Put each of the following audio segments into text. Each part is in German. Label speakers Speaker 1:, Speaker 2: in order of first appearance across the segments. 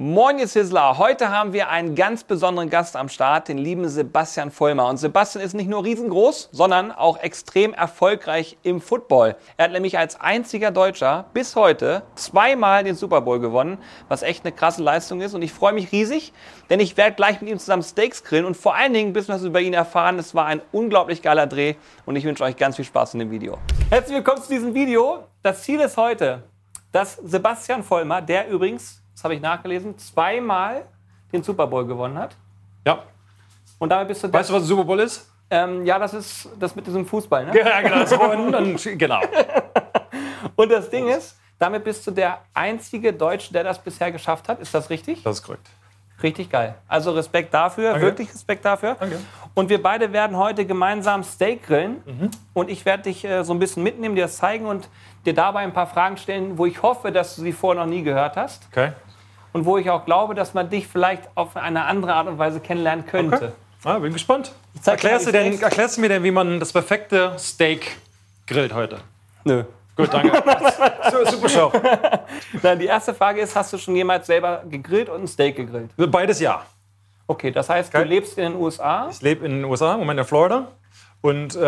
Speaker 1: Moin, ihr Sizzler. Heute haben wir einen ganz besonderen Gast am Start, den lieben Sebastian Vollmer. Und Sebastian ist nicht nur riesengroß, sondern auch extrem erfolgreich im Football. Er hat nämlich als einziger Deutscher bis heute zweimal den Super Bowl gewonnen, was echt eine krasse Leistung ist. Und ich freue mich riesig, denn ich werde gleich mit ihm zusammen Steaks grillen und vor allen Dingen ein bisschen was über ihn erfahren. Es war ein unglaublich geiler Dreh und ich wünsche euch ganz viel Spaß in dem Video. Herzlich willkommen zu diesem Video. Das Ziel ist heute, dass Sebastian Vollmer, der übrigens das habe ich nachgelesen, zweimal den Super Bowl gewonnen hat.
Speaker 2: Ja.
Speaker 1: Und damit bist du
Speaker 2: Weißt du, was ein Super Bowl ist?
Speaker 1: ähm, ja, das ist das mit diesem Fußball, ne?
Speaker 2: Ja, genau. So, und, und, genau.
Speaker 1: Und das Ding ist, damit bist du der einzige Deutsche, der das bisher geschafft hat. Ist das richtig?
Speaker 2: Das ist korrekt.
Speaker 1: Richtig geil. Also Respekt dafür, wirklich Respekt dafür. Und wir beide werden heute gemeinsam Steak grillen.
Speaker 2: Mhm.
Speaker 1: Und ich werde dich äh, so ein bisschen mitnehmen, dir das zeigen und dir dabei ein paar Fragen stellen, wo ich hoffe, dass du sie vorher noch nie gehört hast.
Speaker 2: Okay.
Speaker 1: Und wo ich auch glaube, dass man dich vielleicht auf eine andere Art und Weise kennenlernen könnte.
Speaker 2: Ah, bin gespannt.
Speaker 1: zeig
Speaker 2: Erklärst
Speaker 1: dir
Speaker 2: du,
Speaker 1: mal die
Speaker 2: denn,
Speaker 1: Steaks.
Speaker 2: erklärst du mir denn, wie man das perfekte Steak grillt heute?
Speaker 1: Nö.
Speaker 2: Gut, danke. so, super Show.
Speaker 1: Nein, die erste Frage ist, hast du schon jemals selber gegrillt und ein Steak gegrillt?
Speaker 2: Beides ja.
Speaker 1: Okay, das heißt, du
Speaker 2: Geil.
Speaker 1: lebst in den USA.
Speaker 2: Ich lebe in den USA, im Moment in Florida. Und äh,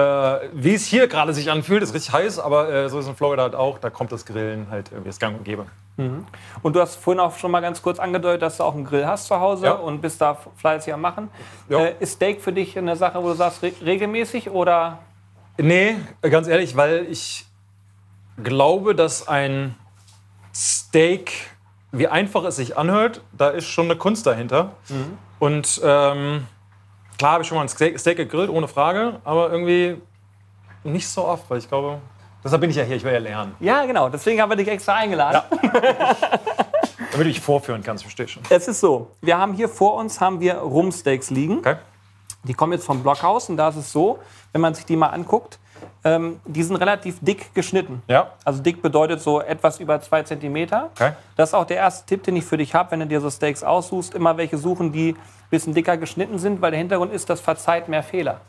Speaker 2: wie es hier gerade sich anfühlt, ist richtig heiß, aber äh, so ist es in Florida halt auch. Da kommt das Grillen halt irgendwie das Gang und Gäbe.
Speaker 1: Und du hast vorhin auch schon mal ganz kurz angedeutet, dass du auch einen Grill hast zu Hause
Speaker 2: Ja.
Speaker 1: und bist da fleißig am Machen.
Speaker 2: Ja.
Speaker 1: Äh, ist Steak für dich eine Sache, wo du sagst, re regelmäßig oder?
Speaker 2: Nee, ganz ehrlich, weil ich glaube, dass ein Steak, wie einfach es sich anhört, da ist schon eine Kunst dahinter. Und ähm, klar habe ich schon mal ein Steak, Steak gegrillt, ohne Frage, aber irgendwie nicht so oft, weil ich glaube, deshalb bin ich ja hier, ich will ja lernen,
Speaker 1: Ja, genau. Deswegen haben wir dich extra eingeladen.
Speaker 2: damit du dich vorführen kannst, verstehe ich schon.
Speaker 1: Es ist so, wir haben hier vor uns haben wir Rumsteaks liegen.
Speaker 2: Okay?
Speaker 1: Die kommen jetzt vom Blockhaus und da ist es so, wenn man sich die mal anguckt, ähm, die sind relativ dick geschnitten.
Speaker 2: Ja,
Speaker 1: Also dick bedeutet so etwas über zwei Zentimeter.
Speaker 2: okay.
Speaker 1: Das ist auch der erste Tipp, den ich für dich habe, wenn du dir so Steaks aussuchst. Immer welche suchen, die ein bisschen dicker geschnitten sind, weil der Hintergrund ist, das verzeiht mehr Fehler.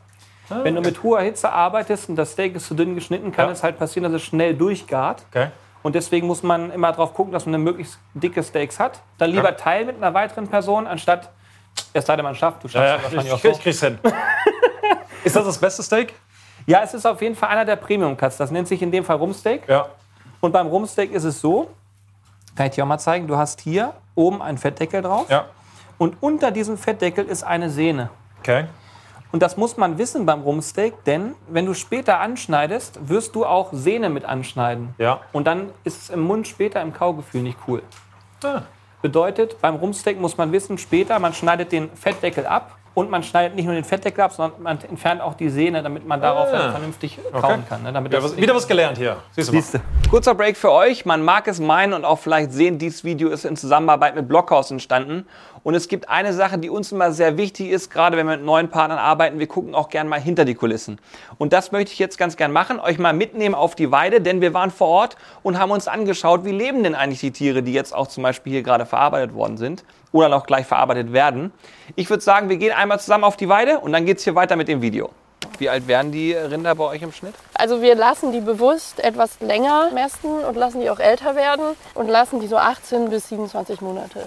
Speaker 1: Wenn du mit hoher Hitze arbeitest und das Steak ist zu dünn geschnitten, kann
Speaker 2: Ah, Ja.
Speaker 1: es halt passieren, dass es schnell durchgart.
Speaker 2: okay.
Speaker 1: Und deswegen muss man immer darauf gucken, dass man eine möglichst dicke Steaks hat. Dann lieber
Speaker 2: Ja.
Speaker 1: teilen mit einer weiteren Person, anstatt, es sei denn, man schafft, du schaffst es
Speaker 2: Ja, Äh, ich,
Speaker 1: wahrscheinlich
Speaker 2: ich,
Speaker 1: auch
Speaker 2: ich
Speaker 1: so.
Speaker 2: krieg's hin. ist das das beste Steak?
Speaker 1: Ja, es ist auf jeden Fall einer der Premium-Cuts. Das nennt sich in dem Fall Rumsteak.
Speaker 2: Ja.
Speaker 1: Und beim Rumsteak ist es so, kann ich dir auch mal zeigen, du hast hier oben einen Fettdeckel drauf.
Speaker 2: Ja.
Speaker 1: Und unter diesem Fettdeckel ist eine Sehne.
Speaker 2: Okay.
Speaker 1: Und das muss man wissen beim Rumsteak, denn wenn du später anschneidest, wirst du auch Sehne mit anschneiden.
Speaker 2: Ja.
Speaker 1: Und dann ist es im Mund später im Kaugefühl nicht cool.
Speaker 2: Ah.
Speaker 1: Bedeutet, beim Rumsteak muss man wissen, später, man schneidet den Fettdeckel ab und man schneidet nicht nur den Fettdeckel ab, sondern man entfernt auch die Sehne, damit man darauf
Speaker 2: Ah.
Speaker 1: dann vernünftig kauen kann. Ne? Damit
Speaker 2: Wieder
Speaker 1: das
Speaker 2: was, wieder was gelernt hier. Siehst du mal.
Speaker 1: Kurzer Break für euch. Man mag es meinen und auch vielleicht sehen, dieses Video ist in Zusammenarbeit mit Blockhaus entstanden. Und es gibt eine Sache, die uns immer sehr wichtig ist, gerade wenn wir mit neuen Partnern arbeiten. Wir gucken auch gern mal hinter die Kulissen. Und das möchte ich jetzt ganz gern machen, euch mal mitnehmen auf die Weide, denn wir waren vor Ort und haben uns angeschaut, wie leben denn eigentlich die Tiere, die jetzt auch zum Beispiel hier gerade verarbeitet worden sind oder noch gleich verarbeitet werden. Ich würde sagen, wir gehen einmal zusammen auf die Weide und dann geht's hier weiter mit dem Video. Wie alt werden die Rinder bei euch im Schnitt?
Speaker 3: Also wir lassen die bewusst etwas länger mästen und lassen die auch älter werden und lassen die so 18 bis 27 Monate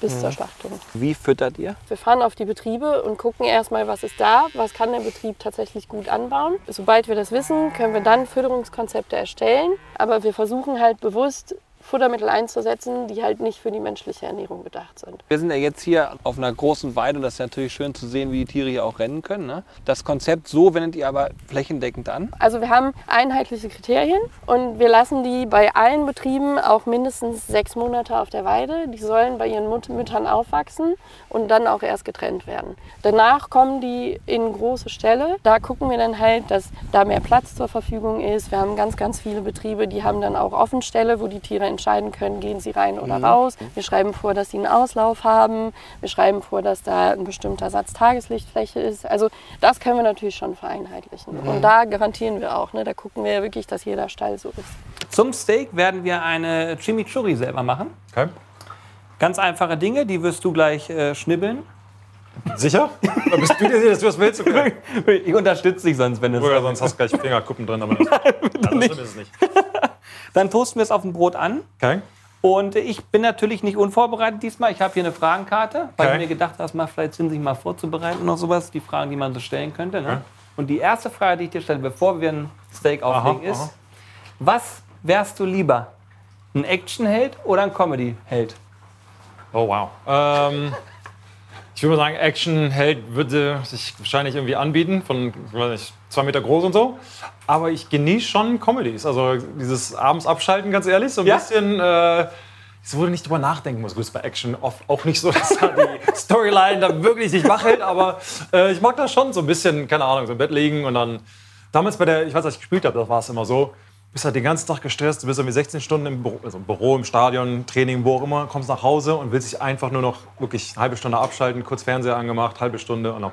Speaker 3: bis zur Schlachtung.
Speaker 1: Wie füttert ihr?
Speaker 3: Wir fahren auf die Betriebe und gucken erstmal, was ist da, was kann der Betrieb tatsächlich gut anbauen. Sobald wir das wissen, können wir dann Fütterungskonzepte erstellen, aber wir versuchen halt bewusst Futtermittel einzusetzen, die halt nicht für die menschliche Ernährung gedacht sind.
Speaker 1: Wir sind ja jetzt hier auf einer großen Weide und das ist natürlich schön zu sehen, wie die Tiere hier auch rennen können. Ne? Das Konzept so wendet ihr aber flächendeckend an.
Speaker 3: Also wir haben einheitliche Kriterien und wir lassen die bei allen Betrieben auch mindestens sechs Monate auf der Weide. Die sollen bei ihren Mut Müttern aufwachsen und dann auch erst getrennt werden. Danach kommen die in große Ställe. Da gucken wir dann halt, dass da mehr Platz zur Verfügung ist. Wir haben ganz, ganz viele Betriebe, die haben dann auch Offenställe, wo die Tiere entscheiden können, gehen sie rein oder raus. Wir schreiben vor, dass sie einen Auslauf haben. Wir schreiben vor, dass da ein bestimmter Satz Tageslichtfläche ist. Also das können wir natürlich schon vereinheitlichen. Und da garantieren wir auch. Ne? Da gucken wir wirklich, dass jeder Stall so ist.
Speaker 1: Zum Steak werden wir eine Chimichurri selber machen.
Speaker 2: Okay.
Speaker 1: Ganz einfache Dinge, die wirst du gleich äh, schnibbeln.
Speaker 2: Sicher? Oder bist du dir sicher, dass du das willst? Okay.
Speaker 1: Ich unterstütze dich sonst, wenn es.
Speaker 2: Oder sonst hast du gleich Fingerkuppen drin. Aber das, ja, das ist es nicht.
Speaker 1: Dann toasten wir es auf dem Brot an
Speaker 2: Okay.
Speaker 1: Und ich bin natürlich nicht unvorbereitet diesmal. Ich habe hier eine Fragenkarte, weil
Speaker 2: Okay.
Speaker 1: ich mir gedacht habe, es macht vielleicht Sinn, sich mal vorzubereiten und sowas. Die Fragen, die man so stellen könnte. Ne? Und die erste Frage, die ich dir stelle, bevor wir ein Steak auflegen, ist:
Speaker 2: aha.
Speaker 1: Was wärst du lieber? Ein Actionheld oder ein Comedyheld?
Speaker 2: Oh, wow. Ähm, ich würde mal sagen, Action-Held würde sich wahrscheinlich irgendwie anbieten, von ich weiß nicht, zwei Meter groß und so. Aber ich genieße schon Comedies. Also dieses abends abschalten, ganz ehrlich, so ein
Speaker 1: Ja?
Speaker 2: bisschen. Äh, es wurde nicht drüber nachdenken muss. Gut, ist bei Action oft auch nicht so, dass da die Storyline da wirklich nicht wachelt, aber äh, ich mag das schon so ein bisschen, keine Ahnung, so im Bett liegen und dann. Damals bei der, ich weiß, als ich gespielt habe, das war es immer so. Bist halt den ganzen Tag gestresst, du bist irgendwie 16 Stunden im Büro, also im, Büro, im Stadion, Training, wo auch immer, kommst nach Hause und willst dich einfach nur noch wirklich eine halbe Stunde abschalten, kurz Fernseher angemacht, halbe Stunde und noch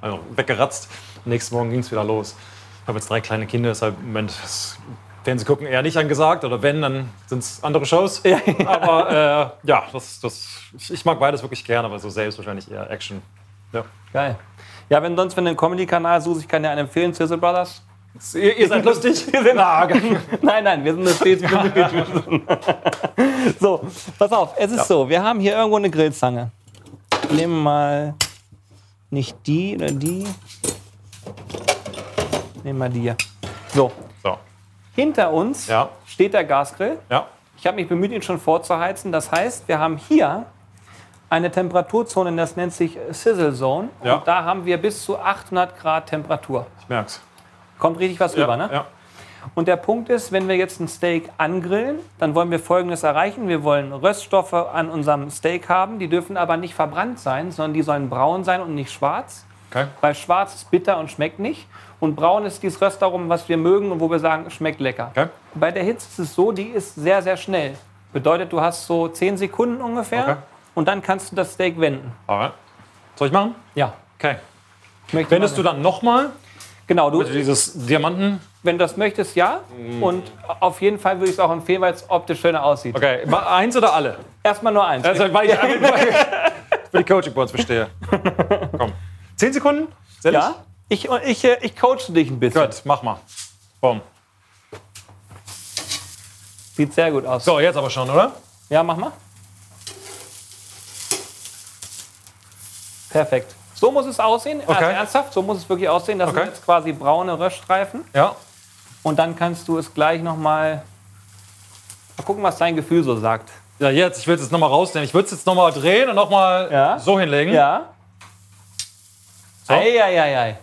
Speaker 2: also weggeratzt. Nächsten Morgen ging es wieder los. Ich habe jetzt drei kleine Kinder, deshalb im Moment ist Fernsehen gucken eher nicht angesagt. Oder wenn, dann sind es andere Shows. Aber äh, ja, das, das, ich, ich mag beides wirklich gerne, aber so selbst wahrscheinlich eher Action. Ja.
Speaker 1: Geil. Ja, wenn sonst, wenn du einen Comedy-Kanal suchst, ich kann dir einen empfehlen, Sizzle Brothers.
Speaker 2: Ihr, ihr seid lustig. Ah,
Speaker 1: Wir sind, nein, nein, wir sind das stets bemüht. so, pass auf, es ist so, wir haben hier irgendwo eine Grillzange. Nehmen wir mal nicht die oder die. Nehmen wir die hier. So,
Speaker 2: So,
Speaker 1: hinter uns
Speaker 2: Ja.
Speaker 1: steht der Gasgrill.
Speaker 2: ja.
Speaker 1: Ich habe mich bemüht, ihn schon vorzuheizen. Das heißt, wir haben hier eine Temperaturzone, das nennt sich Sizzle Zone.
Speaker 2: Ja.
Speaker 1: Und da haben wir bis zu 800 Grad Temperatur.
Speaker 2: Ich merk's.
Speaker 1: Kommt richtig was rüber, ne?
Speaker 2: ja.
Speaker 1: Und der Punkt ist, wenn wir jetzt ein Steak angrillen, dann wollen wir Folgendes erreichen. Wir wollen Röststoffe an unserem Steak haben. Die dürfen aber nicht verbrannt sein, sondern die sollen braun sein und nicht schwarz.
Speaker 2: Okay.
Speaker 1: Weil schwarz ist bitter und schmeckt nicht. Und braun ist dieses Röst darum, was wir mögen und wo wir sagen, schmeckt lecker.
Speaker 2: Okay.
Speaker 1: Bei der Hitze ist es so, die ist sehr, sehr schnell. Bedeutet, du hast so 10 Sekunden ungefähr
Speaker 2: Okay.
Speaker 1: und dann kannst du das Steak wenden.
Speaker 2: Alright. Soll ich machen?
Speaker 1: Ja.
Speaker 2: Okay.
Speaker 1: Möchte
Speaker 2: Wendest du
Speaker 1: man-
Speaker 2: dann nochmal
Speaker 1: Genau, du,
Speaker 2: Also dieses Diamanten?
Speaker 1: wenn du das möchtest, ja.
Speaker 2: Mm.
Speaker 1: Und auf jeden Fall würde ich es auch empfehlen, weil es optisch schöner aussieht.
Speaker 2: Okay. Ma- Eins oder alle?
Speaker 1: Erstmal nur eins.
Speaker 2: Also, weil ich für die Coaching Boards verstehe. Komm. Zehn Sekunden? Sehr
Speaker 1: Ja, ich, ich, äh, ich coache dich ein bisschen.
Speaker 2: Gut, mach mal. Boom.
Speaker 1: Sieht sehr gut aus.
Speaker 2: So, jetzt aber schon, oder?
Speaker 1: Ja, mach mal. Perfekt. So muss es aussehen. Also
Speaker 2: Okay.
Speaker 1: ernsthaft, so muss es wirklich aussehen. Das
Speaker 2: Okay.
Speaker 1: sind jetzt quasi braune Röststreifen.
Speaker 2: Ja.
Speaker 1: Und dann kannst du es gleich nochmal. Mal gucken, was dein Gefühl so sagt.
Speaker 2: Ja, jetzt, ich will es jetzt nochmal rausnehmen. Ich würde es jetzt nochmal drehen und nochmal
Speaker 1: Ja.
Speaker 2: so hinlegen.
Speaker 1: Ja?
Speaker 2: Hm? So.
Speaker 1: Eieiei.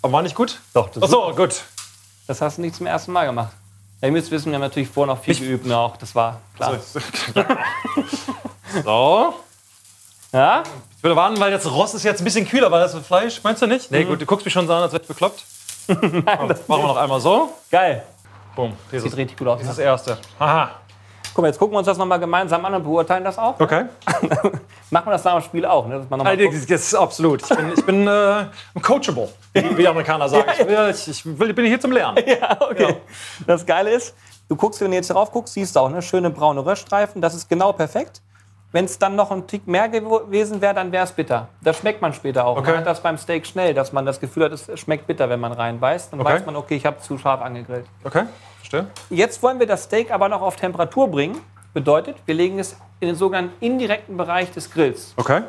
Speaker 2: Aber war nicht gut?
Speaker 1: Doch, das,
Speaker 2: Achso, gut.
Speaker 1: das hast du nicht zum ersten Mal gemacht. Ja, ihr müsst wissen, wir haben natürlich vorher noch viel
Speaker 2: Ich-
Speaker 1: geübt. ne, Auch. Das war klar.
Speaker 2: So.
Speaker 1: Ja?
Speaker 2: Ich würde warten, weil das Rost ist jetzt ein bisschen kühler, weil das ist Fleisch. Meinst du nicht? Nee, gut, du guckst mich schon so an, als wäre ich bekloppt. Komm, machen wir noch einmal so.
Speaker 1: Geil.
Speaker 2: Boom. Dieses,
Speaker 1: Sieht
Speaker 2: dieses
Speaker 1: richtig gut aus. ne?
Speaker 2: das erste. Haha.
Speaker 1: Guck mal, jetzt gucken wir uns das nochmal gemeinsam an und beurteilen das auch.
Speaker 2: Okay.
Speaker 1: Machen wir das nach dem Spiel auch, ne? Dass man noch mal
Speaker 2: Nein,
Speaker 1: guckt.
Speaker 2: das ist absolut. Ich bin, ich bin äh, coachable, wie die Amerikaner sagen. Ich, will, ich, ich will, bin hier zum Lernen.
Speaker 1: Okay. Das Geile ist, du guckst, wenn du jetzt drauf guckst, siehst du auch, ne? Schöne braune Röststreifen, das ist genau perfekt. Wenn es dann noch ein Tick mehr gewesen wäre, dann wäre es bitter. Das schmeckt man später auch.
Speaker 2: Okay.
Speaker 1: Man hat das beim Steak schnell, dass man das Gefühl hat, es schmeckt bitter, wenn man reinbeißt. Dann
Speaker 2: Okay.
Speaker 1: weiß man, okay, ich habe zu scharf angegrillt.
Speaker 2: Okay, verstehe.
Speaker 1: Jetzt wollen wir das Steak aber noch auf Temperatur bringen. Bedeutet, wir legen es in den sogenannten indirekten Bereich des Grills.
Speaker 2: Okay.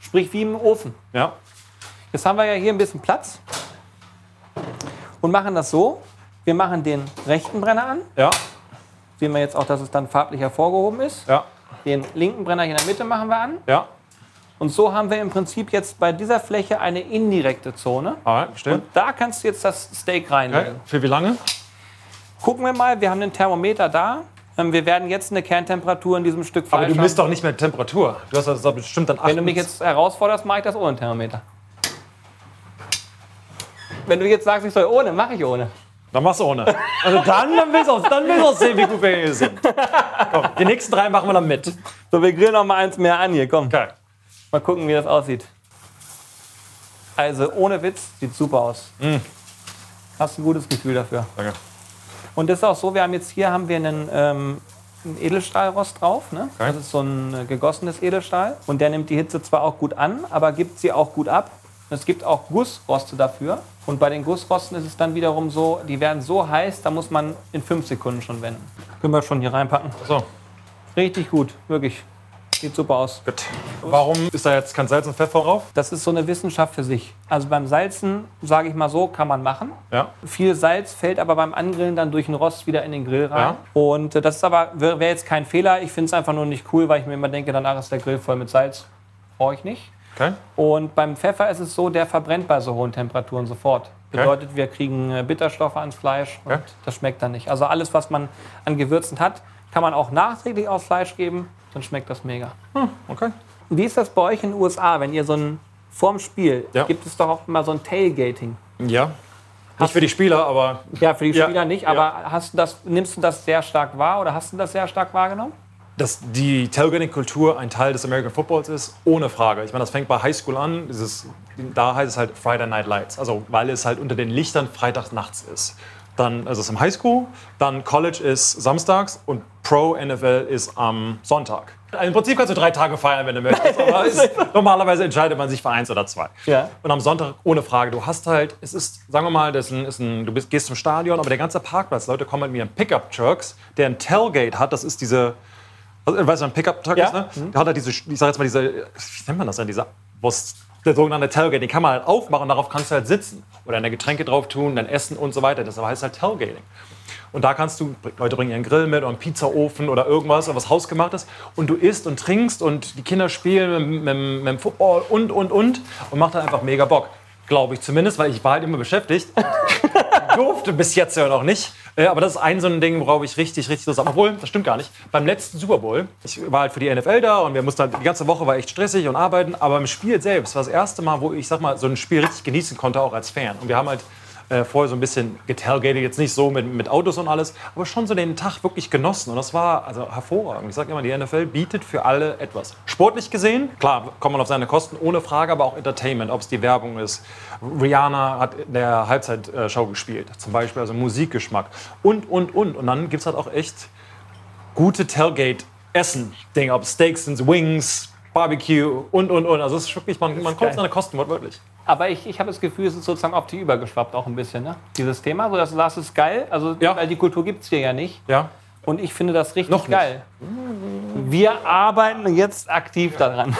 Speaker 1: Sprich wie im Ofen.
Speaker 2: Ja.
Speaker 1: Jetzt haben wir ja hier ein bisschen Platz und machen das so. Wir machen den rechten Brenner an.
Speaker 2: Ja.
Speaker 1: Sehen wir jetzt auch, dass es dann farblich hervorgehoben ist.
Speaker 2: Ja.
Speaker 1: Den linken Brenner hier in der Mitte machen wir an.
Speaker 2: Ja.
Speaker 1: Und so haben wir im Prinzip jetzt bei dieser Fläche eine indirekte Zone.
Speaker 2: Alright, verstehe.
Speaker 1: Und da kannst du jetzt das Steak
Speaker 2: Okay.
Speaker 1: reinlegen.
Speaker 2: Für wie lange?
Speaker 1: Gucken wir mal, wir haben den Thermometer da. Ähm, Wir werden jetzt eine Kerntemperatur in diesem Stück Fleisch
Speaker 2: Aber du
Speaker 1: haben.
Speaker 2: misst doch nicht mehr Temperatur. Du hast das doch bestimmt dann 8.
Speaker 1: Wenn du mich jetzt herausforderst, mache ich das ohne Thermometer. Wenn du jetzt sagst, ich soll ohne, mache ich ohne.
Speaker 2: Dann machst du ohne. Also dann, dann willst du auch, dann willst du auch sehen, wie gut wir hier sind. Komm, die nächsten drei machen wir dann mit.
Speaker 1: So, wir grillen noch mal eins mehr an hier, komm.
Speaker 2: Okay.
Speaker 1: Mal gucken, wie das aussieht. Also ohne Witz, sieht super aus. Hast ein gutes Gefühl dafür.
Speaker 2: Danke.
Speaker 1: Und das ist auch so, wir haben jetzt hier haben wir einen, ähm, einen Edelstahlrost drauf. Ne?
Speaker 2: Okay.
Speaker 1: Das ist so ein äh, gegossenes Edelstahl. Und der nimmt die Hitze zwar auch gut an, aber gibt sie auch gut ab. Es gibt auch Gussroste dafür. Und bei den Gussrosten ist es dann wiederum so, die werden so heiß, da muss man in fünf Sekunden schon wenden. Können wir schon hier reinpacken.
Speaker 2: So.
Speaker 1: Richtig gut, wirklich. Sieht super aus.
Speaker 2: Gut. Warum ist da jetzt kein Salz und Pfeffer drauf?
Speaker 1: Das ist so eine Wissenschaft für sich. Also beim Salzen, sage ich mal so, kann man machen.
Speaker 2: Ja.
Speaker 1: Viel Salz fällt aber beim Angrillen dann durch den Rost wieder in den Grill rein.
Speaker 2: Ja.
Speaker 1: Und äh, das ist aber, wäre wär jetzt kein Fehler. Ich finde es einfach nur nicht cool, weil ich mir immer denke, danach ist der Grill voll mit Salz. Brauche ich nicht.
Speaker 2: Okay.
Speaker 1: Und beim Pfeffer ist es so, der verbrennt bei so hohen Temperaturen sofort.
Speaker 2: Okay.
Speaker 1: Bedeutet, wir kriegen äh, Bitterstoffe ans Fleisch und
Speaker 2: Okay.
Speaker 1: das schmeckt dann nicht. Also alles, was man an Gewürzen hat, kann man auch nachträglich aufs Fleisch geben, dann schmeckt das mega.
Speaker 2: Okay.
Speaker 1: Wie ist das bei euch in den USA, wenn ihr so ein vorm Spiel
Speaker 2: Ja.
Speaker 1: gibt es doch auch immer so ein Tailgating?
Speaker 2: Ja. Nicht für die Spieler, aber
Speaker 1: Ja, für die
Speaker 2: Ja.
Speaker 1: Spieler nicht, aber hast du das, nimmst du das sehr stark wahr oder hast du das sehr stark wahrgenommen?
Speaker 2: dass die Tailgating-Kultur ein Teil des American Footballs ist, ohne Frage. Ich meine, das fängt bei Highschool an. Dieses, da heißt es halt Friday Night Lights, also weil es halt unter den Lichtern Freitagsnachts ist. Dann also es ist im Highschool, dann College ist samstags und Pro NFL ist am Sonntag. Also, Im Prinzip kannst du drei Tage feiern, wenn du möchtest, aber es, normalerweise entscheidet man sich für eins oder zwei.
Speaker 1: Ja.
Speaker 2: Und am Sonntag ohne Frage. Du hast halt, es ist, sagen wir mal, das ist ein, ist ein, du bist, gehst zum Stadion, aber der ganze Parkplatz, Leute kommen mit mir in Pickup-Trucks, der ein Tailgate hat, das ist diese, also, weißt du, ein Pickup-Truck
Speaker 1: Ja.
Speaker 2: ist, ne? Da hat er diese, ich sag jetzt mal, diese, wie nennt man das denn, dieser, wo es der sogenannte Tailgate, den kann man halt aufmachen und darauf kannst du halt sitzen. Oder deine Getränke drauf tun, dein Essen und so weiter. Das heißt halt Tailgating. Und da kannst du, Leute bringen ihren Grill mit oder einen Pizzaofen oder irgendwas, oder was hausgemachtes. Und du isst und trinkst und die Kinder spielen mit, mit, mit dem Football und, und, und. Und macht dann einfach mega Bock. Glaube ich zumindest, weil ich war halt immer beschäftigt. durfte bis jetzt ja noch nicht. Äh, Aber das ist ein so ein Ding, worauf ich richtig, richtig los habe. Obwohl, das stimmt gar nicht. Beim letzten Super Bowl, ich war halt für die NFL da und wir mussten halt, die ganze Woche war echt stressig und arbeiten. Aber im Spiel selbst war das erste Mal, wo ich, sag mal, so ein Spiel richtig genießen konnte, auch als Fan. Und wir haben halt äh, vorher so ein bisschen getailgated, jetzt nicht so mit, mit Autos und alles, aber schon so den Tag wirklich genossen. Und das war also hervorragend. Ich sage immer, die NFL bietet für alle etwas. Sportlich gesehen, klar, kommt man auf seine Kosten, ohne Frage, aber auch Entertainment, ob es die Werbung ist. Rihanna hat in der Halbzeitshow gespielt, zum Beispiel, also Musikgeschmack und, und, und. Und dann gibt es halt auch echt gute Tailgate-Essen-Dinge, ob Steaks sind, Wings, Barbecue und, und, und. Also es ist wirklich, man, man kommt
Speaker 1: geil.
Speaker 2: seine Kosten, wortwörtlich.
Speaker 1: Aber ich, ich habe das Gefühl, es ist sozusagen auf die übergeschwappt auch ein bisschen, ne? Dieses Thema, so dass du sagst, es ist geil, also
Speaker 2: Ja.
Speaker 1: weil die Kultur gibt es hier ja nicht.
Speaker 2: Ja.
Speaker 1: Und ich finde das richtig
Speaker 2: Noch nicht.
Speaker 1: geil. Wir arbeiten jetzt aktiv daran.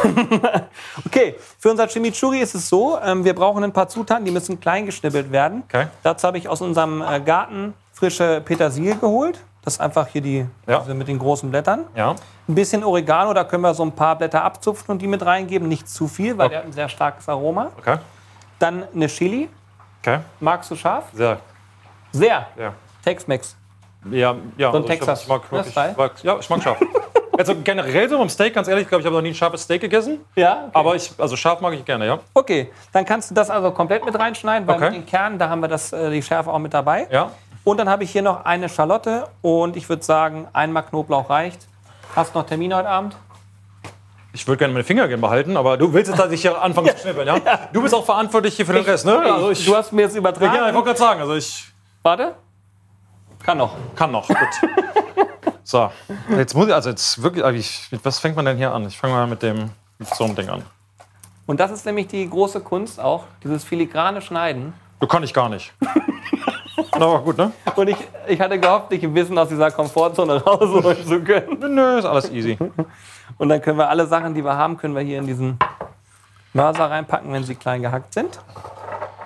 Speaker 1: okay, für unser Chimichurri ist es so, ähm, wir brauchen ein paar Zutaten, die müssen klein geschnibbelt werden.
Speaker 2: Okay.
Speaker 1: Dazu habe ich aus unserem äh, Garten frische Petersilie geholt. Das ist einfach hier die
Speaker 2: Ja.
Speaker 1: diese mit den großen Blättern.
Speaker 2: Ja.
Speaker 1: Ein bisschen Oregano, da können wir so ein paar Blätter abzupfen und die mit reingeben. Nicht zu viel, weil
Speaker 2: Okay.
Speaker 1: der hat ein sehr starkes Aroma.
Speaker 2: Okay.
Speaker 1: Dann eine Chili.
Speaker 2: Okay.
Speaker 1: Magst du scharf?
Speaker 2: Sehr.
Speaker 1: Sehr.
Speaker 2: Ja.
Speaker 1: Tex-Mex.
Speaker 2: Ja, ja. also
Speaker 1: So ein
Speaker 2: ich
Speaker 1: Texas-
Speaker 2: hab- Ich mag, wirklich,
Speaker 1: Style?
Speaker 2: ich mag, ja, ich mag scharf. Also generell so beim Steak, ganz ehrlich, glaube ich, habe noch nie ein scharfes Steak gegessen.
Speaker 1: Ja, okay.
Speaker 2: Aber ich, also scharf mag ich gerne, ja.
Speaker 1: Okay, dann kannst du das also komplett mit reinschneiden, weil
Speaker 2: Okay.
Speaker 1: mit den Kernen, da haben wir das, äh, die Schärfe auch mit dabei.
Speaker 2: Ja.
Speaker 1: Und dann habe ich hier noch eine Schalotte und ich würde sagen, einmal Knoblauch reicht. Hast du noch Termin heute Abend?
Speaker 2: Ich würde gerne meine Finger gerne behalten, aber du willst jetzt, dass ich hier anfange zu schnippeln, ja? Du bist auch verantwortlich hier für den Rest, ne? Also ich,
Speaker 1: du hast mir jetzt übertragen.
Speaker 2: ja, ich wollte gerade sagen, also ich
Speaker 1: Warte. Kann noch.
Speaker 2: kann noch. Gut. So, jetzt muss ich, also jetzt wirklich, also ich, mit was fängt man denn hier an? Ich fange mal mit dem, mit so einem Ding an.
Speaker 1: Und das ist nämlich die große Kunst auch, dieses filigrane Schneiden.
Speaker 2: Du kann ich gar nicht. Aber gut, ne?
Speaker 1: Und ich, ich hatte gehofft, dich ein bisschen aus dieser Komfortzone rausholen zu können.
Speaker 2: Nö, ist alles easy.
Speaker 1: Und dann können wir alle Sachen, die wir haben, können wir hier in diesen Mörser reinpacken, wenn sie klein gehackt sind.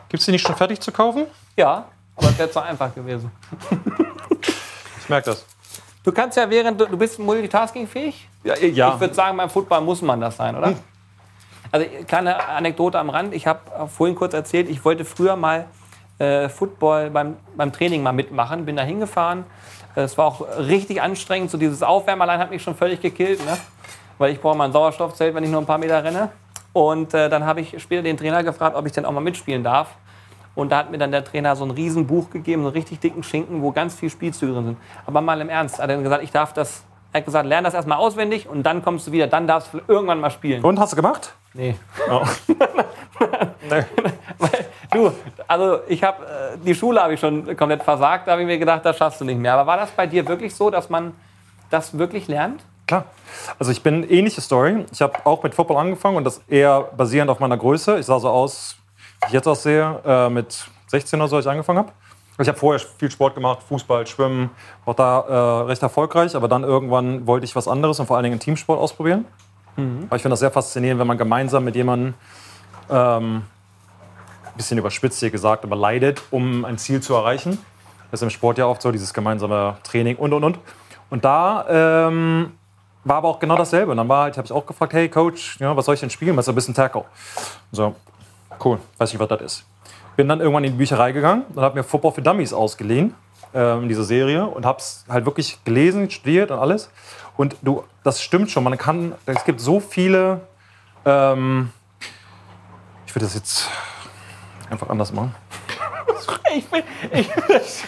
Speaker 2: Gibt's die nicht schon fertig zu kaufen?
Speaker 1: Ja, aber es wäre zu einfach gewesen.
Speaker 2: Ich merke das.
Speaker 1: Du kannst ja während du, du bist multitaskingfähig.
Speaker 2: Ja, ja.
Speaker 1: Ich würde sagen, beim Football muss man das sein, oder? Also kleine Anekdote am Rand. Ich habe vorhin kurz erzählt, ich wollte früher mal äh, Football beim, beim Training mal mitmachen, bin da hingefahren. Es war auch richtig anstrengend. So dieses Aufwärmen allein hat mich schon völlig gekillt, ne? weil ich brauche mal ein Sauerstoffzelt, wenn ich nur ein paar Meter renne. Und äh, dann habe ich später den Trainer gefragt, ob ich denn auch mal mitspielen darf. Und da hat mir dann der Trainer so ein riesen Buch gegeben, so einen richtig dicken Schinken, wo ganz viel Spielzüge drin sind. Aber mal im Ernst, hat er dann gesagt, ich darf das, er hat gesagt, lern das erstmal auswendig und dann kommst du wieder, dann darfst du irgendwann mal spielen.
Speaker 2: Und hast du gemacht?
Speaker 1: Nee.
Speaker 2: Oh.
Speaker 1: Du, also ich habe, äh, die Schule habe ich schon komplett versagt, da habe ich mir gedacht, das schaffst du nicht mehr. Aber war das bei dir wirklich so, dass man das wirklich lernt?
Speaker 2: Klar. Also ich bin ähnliche Story. Ich habe auch mit Football angefangen und das eher basierend auf meiner Größe. Ich sah so aus, wie ich jetzt aussehe, äh, mit 16 oder so, als ich angefangen habe. Ich habe vorher viel Sport gemacht, Fußball, Schwimmen, war da äh, recht erfolgreich, aber dann irgendwann wollte ich was anderes und vor allen Dingen einen Teamsport ausprobieren. Aber ich finde das sehr faszinierend, wenn man gemeinsam mit jemandem, ähm, ein bisschen überspitzt hier gesagt, aber leidet, um ein Ziel zu erreichen. Das ist im Sport ja oft so, dieses gemeinsame Training und und und. Und da ähm, war aber auch genau dasselbe. Und dann war halt, habe ich auch gefragt, hey Coach, ja, was soll ich denn spielen? Was ist ein bisschen Tackle? So, cool, weiß nicht, was das ist. Bin dann irgendwann in die Bücherei gegangen und habe mir Football für Dummies ausgeliehen, ähm, diese Serie, und habe es halt wirklich gelesen, studiert und alles. Und du, das stimmt schon, man kann, es gibt so viele, ähm, ich würde das jetzt einfach anders machen.
Speaker 4: Ich, bin, ich,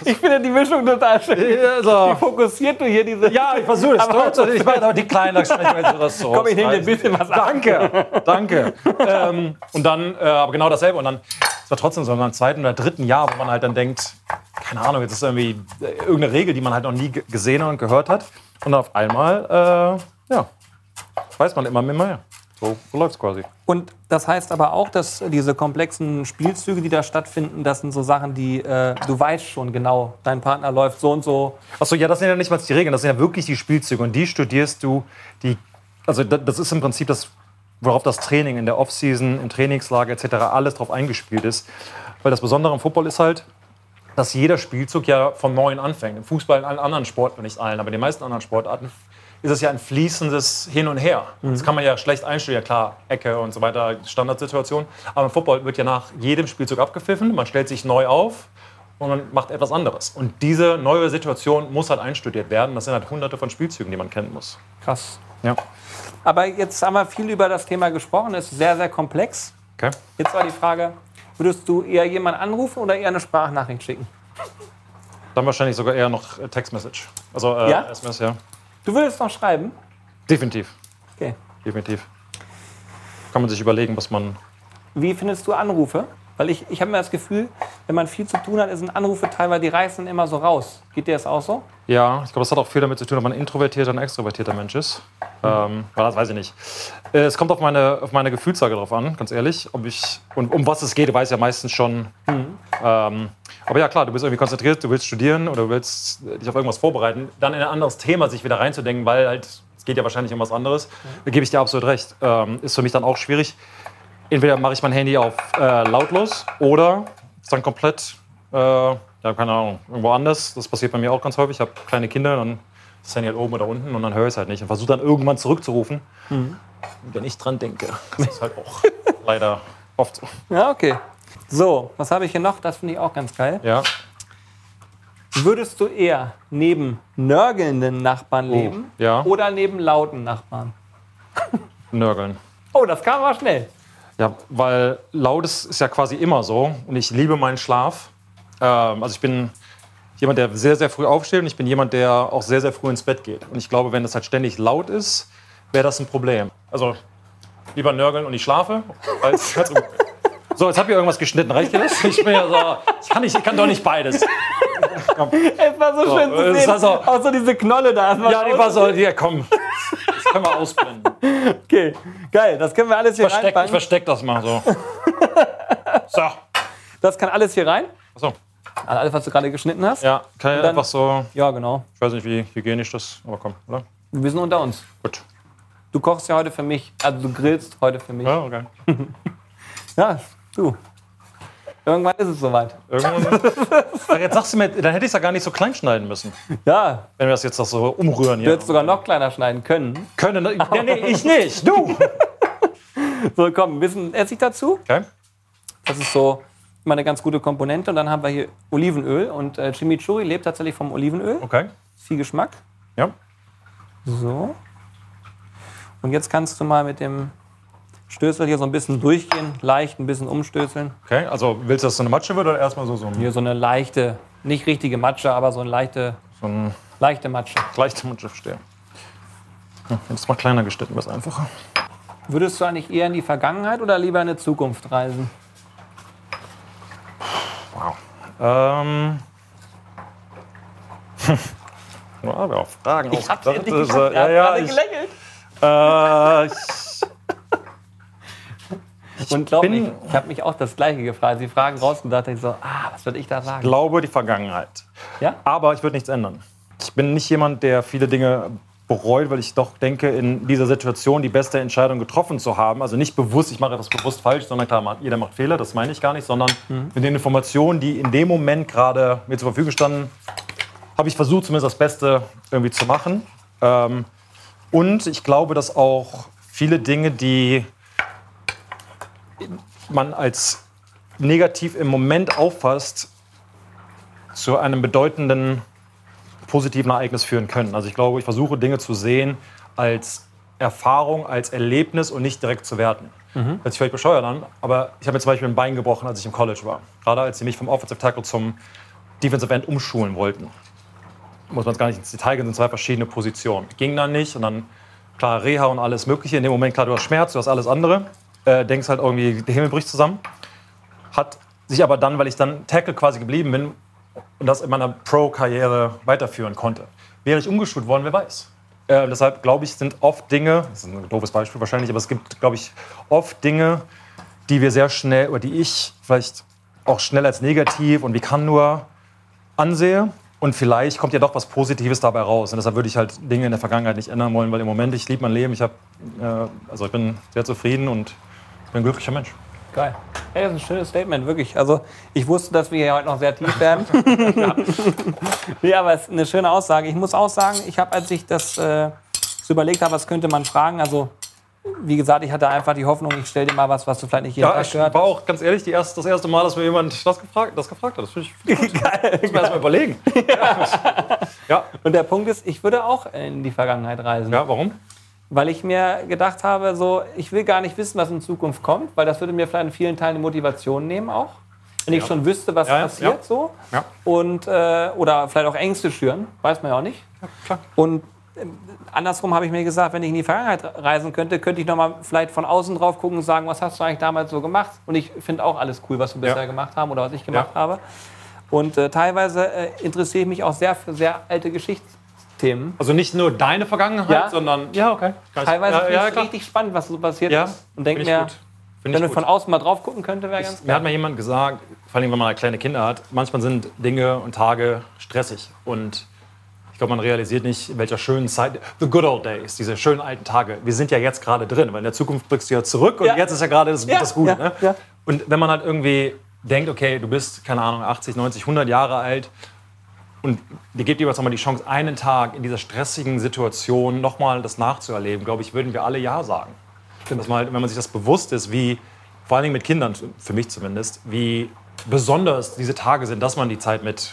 Speaker 4: ich finde die Mischung total schön. Wie fokussiert du hier diese.
Speaker 2: Ja, ich versuche es. Aber, ich meine, aber die Kleinen, da sprechen wir jetzt über so.
Speaker 4: Komm, ich nehme dir ein bisschen was ab.
Speaker 2: Danke, danke. ähm, und dann, äh, aber genau dasselbe. Und dann, es war trotzdem so im zweiten oder dritten Jahr, wo man halt dann denkt, keine Ahnung, jetzt ist irgendwie äh, irgendeine Regel, die man halt noch nie ge- gesehen und gehört hat. Und auf einmal, äh, ja, weiß man immer mehr. mehr. So, so läuft's quasi.
Speaker 1: Und das heißt aber auch, dass diese komplexen Spielzüge, die da stattfinden, das sind so Sachen, die äh, du weißt schon genau, dein Partner läuft so und so.
Speaker 2: Achso, ja, das sind ja nicht mal die Regeln, das sind ja wirklich die Spielzüge. Und die studierst du, die, also da- das ist im Prinzip das, worauf das Training in der Offseason, im Trainingslager etc. alles drauf eingespielt ist. Weil das Besondere am Football ist halt, dass jeder Spielzug ja von neuem anfängt. Im Fußball, in allen anderen Sportarten, nicht allen, aber in den meisten anderen Sportarten ist es ja ein fließendes Hin und Her. Das kann man ja schlecht einstudieren, klar, Ecke und so weiter, Standardsituation. Aber im Football wird ja nach jedem Spielzug abgepfiffen, man stellt sich neu auf und man macht etwas anderes. Und diese neue Situation muss halt einstudiert werden. Das sind halt hunderte von Spielzügen, die man kennen muss.
Speaker 1: Krass.
Speaker 2: Ja,
Speaker 1: Aber jetzt haben wir viel über das Thema gesprochen, es ist sehr, sehr komplex.
Speaker 2: okay.
Speaker 1: Jetzt war die Frage, würdest du eher jemanden anrufen oder eher eine Sprachnachricht schicken?
Speaker 2: Dann wahrscheinlich sogar eher noch äh, Textmessage. Also äh,
Speaker 1: Ja?
Speaker 2: SMS, ja.
Speaker 1: Du würdest noch schreiben?
Speaker 2: Definitiv,
Speaker 1: Okay.
Speaker 2: definitiv. Kann man sich überlegen, was man
Speaker 1: Wie findest du Anrufe? Weil ich, ich habe mir das Gefühl, wenn man viel zu tun hat, sind Anrufe teilweise, die reißen immer so raus. Geht dir das auch so?
Speaker 2: Ja, ich glaube, das hat auch viel damit zu tun, ob man ein introvertierter und extrovertierter Mensch ist. Ähm, aber das weiß ich nicht. Äh, es kommt auf meine, auf meine Gefühlslage drauf an, ganz ehrlich. Ob ich, und um was es geht, weiß ich ja meistens schon. Ähm, aber ja, klar, du bist irgendwie konzentriert, du willst studieren oder du willst dich auf irgendwas vorbereiten. Dann in ein anderes Thema sich wieder reinzudenken, weil halt, es geht ja wahrscheinlich um was anderes. Da gebe ich dir absolut recht. Ähm, ist für mich dann auch schwierig. Entweder mache ich mein Handy auf äh, lautlos oder ist dann komplett, äh, ja, keine Ahnung, irgendwo anders. Das passiert bei mir auch ganz häufig. Ich habe kleine Kinder, dann ist das Handy halt oben oder unten und dann höre ich es halt nicht und versuche dann irgendwann zurückzurufen, wenn ich dran denke. Das ist halt auch leider oft so.
Speaker 1: Ja, okay. So, was habe ich hier noch? Das finde ich auch ganz geil.
Speaker 2: Ja.
Speaker 1: Würdest du eher neben nörgelnden Nachbarn leben
Speaker 2: Oh, ja.
Speaker 1: oder neben lauten Nachbarn?
Speaker 2: Nörgeln.
Speaker 1: Oh, das kam aber schnell.
Speaker 2: Ja, weil lautes ist ja quasi immer so und ich liebe meinen Schlaf. Ähm, also ich bin jemand, der sehr, sehr früh aufsteht und ich bin jemand, der auch sehr, sehr früh ins Bett geht. Und ich glaube, wenn das halt ständig laut ist, wäre das ein Problem. Also lieber nörgeln und ich schlafe. Als, als so, jetzt habt ihr irgendwas geschnitten, reicht dir das? Ich bin ja so, ich kann, nicht, ich kann doch nicht beides.
Speaker 1: Es war so, schön zu
Speaker 2: es
Speaker 1: sehen.
Speaker 2: war so-
Speaker 1: auch so diese Knolle da.
Speaker 2: Ja, die war so, ja komm, das können wir ausblenden.
Speaker 1: Okay, geil. Das können wir alles hier
Speaker 2: Versteck, ich
Speaker 1: reinpacken.
Speaker 2: versteck das mal so. So,
Speaker 1: Das kann alles hier rein.
Speaker 2: Achso.
Speaker 1: Also alles, was du gerade geschnitten hast.
Speaker 2: ja, kann ich
Speaker 1: dann-
Speaker 2: einfach so,
Speaker 1: ja, genau.
Speaker 2: ich weiß nicht, wie hygienisch das, aber komm, oder?
Speaker 1: Wir sind unter uns.
Speaker 2: Gut.
Speaker 1: Du kochst ja heute für mich. Also du grillst heute für mich.
Speaker 2: Ja, okay.
Speaker 1: Ja, du. Irgendwann ist es soweit.
Speaker 2: Irgendwann. Ach, jetzt sagst du mir, dann hätte ich es ja gar nicht so klein schneiden müssen,
Speaker 1: Ja,
Speaker 2: wenn wir das jetzt noch so umrühren
Speaker 1: du
Speaker 2: hier.
Speaker 1: hättest sogar noch kleiner schneiden können.
Speaker 2: können. Ne? Ja, nee, ich nicht. Du!
Speaker 1: So, komm, ein bisschen Essig dazu.
Speaker 2: Okay.
Speaker 1: Das ist so immer eine ganz gute Komponente. Und dann haben wir hier Olivenöl. Und äh, Chimichurri lebt tatsächlich vom Olivenöl.
Speaker 2: Okay.
Speaker 1: Viel Geschmack.
Speaker 2: Ja.
Speaker 1: So. Und jetzt kannst du mal mit dem Stößel hier so ein bisschen durchgehen, leicht ein bisschen umstößeln.
Speaker 2: Okay. Also willst du, dass es so eine Matsche wird oder erstmal so, so ein
Speaker 1: Hier so eine leichte, nicht richtige Matsche, aber so eine leichte,
Speaker 2: so ein
Speaker 1: leichte Matsche.
Speaker 2: leichter Matsche verstehe? Ja, wenn es mal kleiner geschnitten wäre, Hm, ist einfacher.
Speaker 1: Würdest du eigentlich eher in die Vergangenheit oder lieber in die Zukunft reisen?
Speaker 2: Ähm. Ja, aber auch Fragen. Ich hab's
Speaker 1: endlich geschafft. Er
Speaker 2: ja,
Speaker 1: hat
Speaker 2: ja,
Speaker 1: gerade gelächelt.
Speaker 2: ich, äh, ich,
Speaker 1: Und glaub
Speaker 2: bin- äh,
Speaker 1: ich, ich habe mich auch das Gleiche gefragt. Sie fragen rausgedacht, ich so, ah, was
Speaker 5: Was würde ich da sagen?
Speaker 2: glaube die Vergangenheit.
Speaker 5: Ja?
Speaker 2: Aber ich würde nichts ändern. Ich bin nicht jemand, der viele Dinge bereut, weil ich doch denke, in dieser Situation die beste Entscheidung getroffen zu haben. Also nicht bewusst, ich mache etwas bewusst falsch, sondern klar, man- jeder macht Fehler, das meine ich gar nicht, sondern mit den Informationen, die in dem Moment gerade mir zur Verfügung standen, habe ich versucht, zumindest das Beste irgendwie zu machen. Ähm, und ich glaube, dass auch viele Dinge, die man als negativ im Moment auffasst, zu einem bedeutenden positiven Ereignis führen können. Also ich glaube, ich versuche Dinge zu sehen als Erfahrung, als Erlebnis und nicht direkt zu werten. Hört sich vielleicht bescheuert an, aber ich habe mir zum Beispiel ein Bein gebrochen, als ich im College war. Gerade als sie mich vom Offensive Tackle zum Defensive End umschulen wollten. Muss man es gar nicht ins Detail gehen, sind zwei verschiedene Positionen. Ging dann nicht und dann, klar, Reha und alles Mögliche. In dem Moment, klar, du hast Schmerz, du hast alles andere. Äh, denkst halt irgendwie, der Himmel bricht zusammen. Hat sich aber dann, weil ich dann Tackle quasi geblieben bin, und das in meiner Pro-Karriere weiterführen konnte. Wäre ich umgeschult worden, wer weiß. Äh, deshalb glaube ich, sind oft Dinge, das ist ein doofes Beispiel wahrscheinlich, aber es gibt, glaube ich, oft Dinge, die wir sehr schnell oder die ich vielleicht auch schnell als negativ und wie kann nur ansehe. Und vielleicht kommt ja doch was Positives dabei raus. Und deshalb würde ich halt Dinge in der Vergangenheit nicht ändern wollen, weil im Moment, ich liebe mein Leben, ich, hab, äh, also ich bin sehr zufrieden und bin ein glücklicher Mensch.
Speaker 1: Geil. Ey, das ist ein schönes Statement, wirklich. Also, ich wusste, dass wir hier heute noch sehr tief werden. ja, aber es ist eine schöne Aussage. Ich muss auch sagen, ich habe, als ich das äh, so überlegt habe, was könnte man fragen, also, wie gesagt, ich hatte einfach die Hoffnung, ich stelle dir mal was, was du vielleicht nicht jeden
Speaker 2: Ja,
Speaker 1: Tag
Speaker 2: ich
Speaker 1: gehört
Speaker 2: war auch ganz ehrlich die erste, das erste Mal, dass mir jemand das gefragt, das gefragt hat. Das finde ich
Speaker 1: hast.
Speaker 2: Muss man erstmal überlegen. Ja.
Speaker 1: Und der Punkt ist, ich würde auch in die Vergangenheit reisen.
Speaker 2: ja, warum?
Speaker 1: Weil ich mir gedacht habe, so, ich will gar nicht wissen, was in Zukunft kommt, weil das würde mir vielleicht in vielen Teilen die Motivation nehmen auch. Wenn ich schon wüsste, was
Speaker 2: Ja, ja,
Speaker 1: passiert,
Speaker 2: ja.
Speaker 1: so.
Speaker 2: Ja.
Speaker 1: Und, äh, oder vielleicht auch Ängste schüren, weiß man ja auch nicht.
Speaker 2: klar.
Speaker 1: Und ähm, andersrum habe ich mir gesagt, wenn ich in die Vergangenheit reisen könnte, könnte ich nochmal vielleicht von außen drauf gucken und sagen, was hast du eigentlich damals so gemacht? Und ich finde auch alles cool, was wir bisher gemacht haben oder was ich gemacht
Speaker 2: Ja.
Speaker 1: habe. Und äh, teilweise äh, interessiere ich mich auch sehr für sehr alte Geschichtsthemen.
Speaker 2: Also nicht nur deine Vergangenheit,
Speaker 1: Ja.
Speaker 2: sondern. Ja, okay.
Speaker 1: Teilweise
Speaker 2: Also,
Speaker 1: finde
Speaker 2: ja, ja,
Speaker 1: ich es
Speaker 2: klar.
Speaker 1: richtig spannend, was so passiert
Speaker 2: Ja,
Speaker 1: ist. Und denke
Speaker 2: find
Speaker 1: mir,
Speaker 2: gut. Find
Speaker 1: wenn
Speaker 2: ich
Speaker 1: du
Speaker 2: gut.
Speaker 1: von außen mal drauf gucken könnte, wäre ganz
Speaker 2: Mir hat mal jemand gesagt, vor allem wenn man halt kleine Kinder hat, manchmal sind Dinge und Tage stressig. Und ich glaube, man realisiert nicht, in welcher schönen Zeit. The good old days, diese schönen alten Tage. Wir sind ja jetzt gerade drin, weil in der Zukunft blickst du ja zurück und
Speaker 1: Ja.
Speaker 2: jetzt ist ja gerade das,
Speaker 1: Ja,
Speaker 2: das Gute.
Speaker 1: ja,
Speaker 2: ne?
Speaker 1: ja.
Speaker 2: Und wenn man halt irgendwie denkt, okay, du bist, keine Ahnung, 80, 90, 100 Jahre alt und dir gebt jeweils nochmal die Chance, einen Tag in dieser stressigen Situation nochmal das nachzuerleben, glaube ich, würden wir alle Ja sagen.
Speaker 1: Genau.
Speaker 2: Dass man halt, wenn man sich das bewusst ist, wie, vor allen Dingen mit Kindern, für mich zumindest, wie besonders diese Tage sind, dass man die Zeit mit,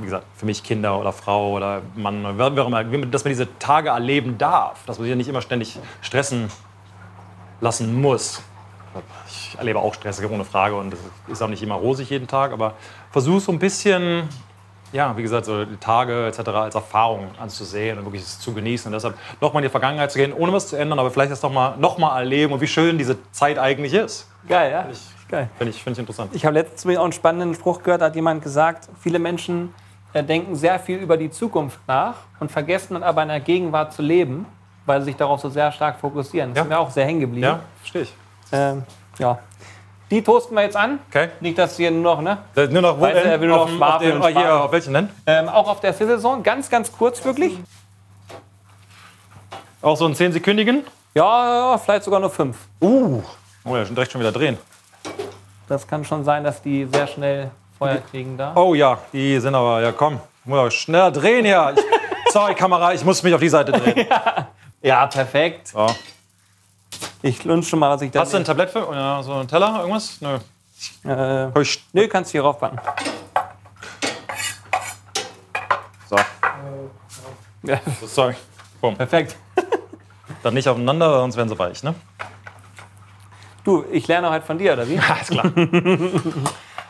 Speaker 2: wie gesagt, für mich Kinder oder Frau oder Mann, oder wer, wer auch immer, dass man diese Tage erleben darf, dass man sich ja nicht immer ständig stressen lassen muss. Ich erlebe auch Stress, ohne Frage, und das ist auch nicht immer rosig jeden Tag, aber versuch so ein bisschen ja, wie gesagt, so die Tage etc. als Erfahrung anzusehen und wirklich es zu genießen. Und deshalb nochmal in die Vergangenheit zu gehen, ohne was zu ändern, aber vielleicht das nochmal noch mal erleben und wie schön diese Zeit eigentlich ist.
Speaker 1: geil. Ja?
Speaker 2: Ich-
Speaker 1: geil.
Speaker 2: Finde ich, find ich interessant.
Speaker 1: Ich habe letztens übrigens auch einen spannenden Spruch gehört, da hat jemand gesagt, viele Menschen äh, denken sehr viel über die Zukunft nach und vergessen dann aber in der Gegenwart zu leben, weil sie sich darauf so sehr stark fokussieren. Das
Speaker 2: Ja.
Speaker 1: ist mir auch sehr hängen geblieben.
Speaker 2: Ja, verstehe ich.
Speaker 1: Ähm, ja. Die toasten wir jetzt an.
Speaker 2: Okay.
Speaker 1: Nicht, dass hier nur noch, ne?
Speaker 2: Äh, Nur noch wo
Speaker 1: Weißt du,
Speaker 2: denn?
Speaker 1: er will nur noch
Speaker 2: auf, dem- auf,
Speaker 1: Schwafel
Speaker 2: dem,
Speaker 1: und
Speaker 2: oh, hier,
Speaker 1: Spargel.
Speaker 2: auf welchen denn?
Speaker 1: Ähm, auch auf der Sizzle Zone, ganz, ganz kurz wirklich.
Speaker 2: Auch so einen 10-sekündigen?
Speaker 1: Ja, ja, vielleicht sogar nur fünf.
Speaker 2: Uh. Oh ja, schon direkt schon wieder drehen.
Speaker 1: Das kann schon sein, dass die sehr schnell Feuer kriegen da.
Speaker 2: Oh ja, die sind aber, ja komm, muss aber schneller drehen hier. Ich, sorry Kamera, ich muss mich auf die Seite drehen.
Speaker 1: Ja, perfekt.
Speaker 2: So.
Speaker 1: Ich lunch schon mal, was ich da.
Speaker 2: Hast du ein Tablett für, oder so einen Teller, irgendwas? Nö.
Speaker 1: Äh,
Speaker 2: Hab ich-
Speaker 1: nö, kannst du hier raufpacken.
Speaker 2: So.
Speaker 1: Ja.
Speaker 2: Sorry. Boom.
Speaker 1: Perfekt.
Speaker 2: Dann nicht aufeinander, weil sonst wären sie weich, ne?
Speaker 1: Du, ich lerne heute von dir, oder wie?
Speaker 2: Alles klar.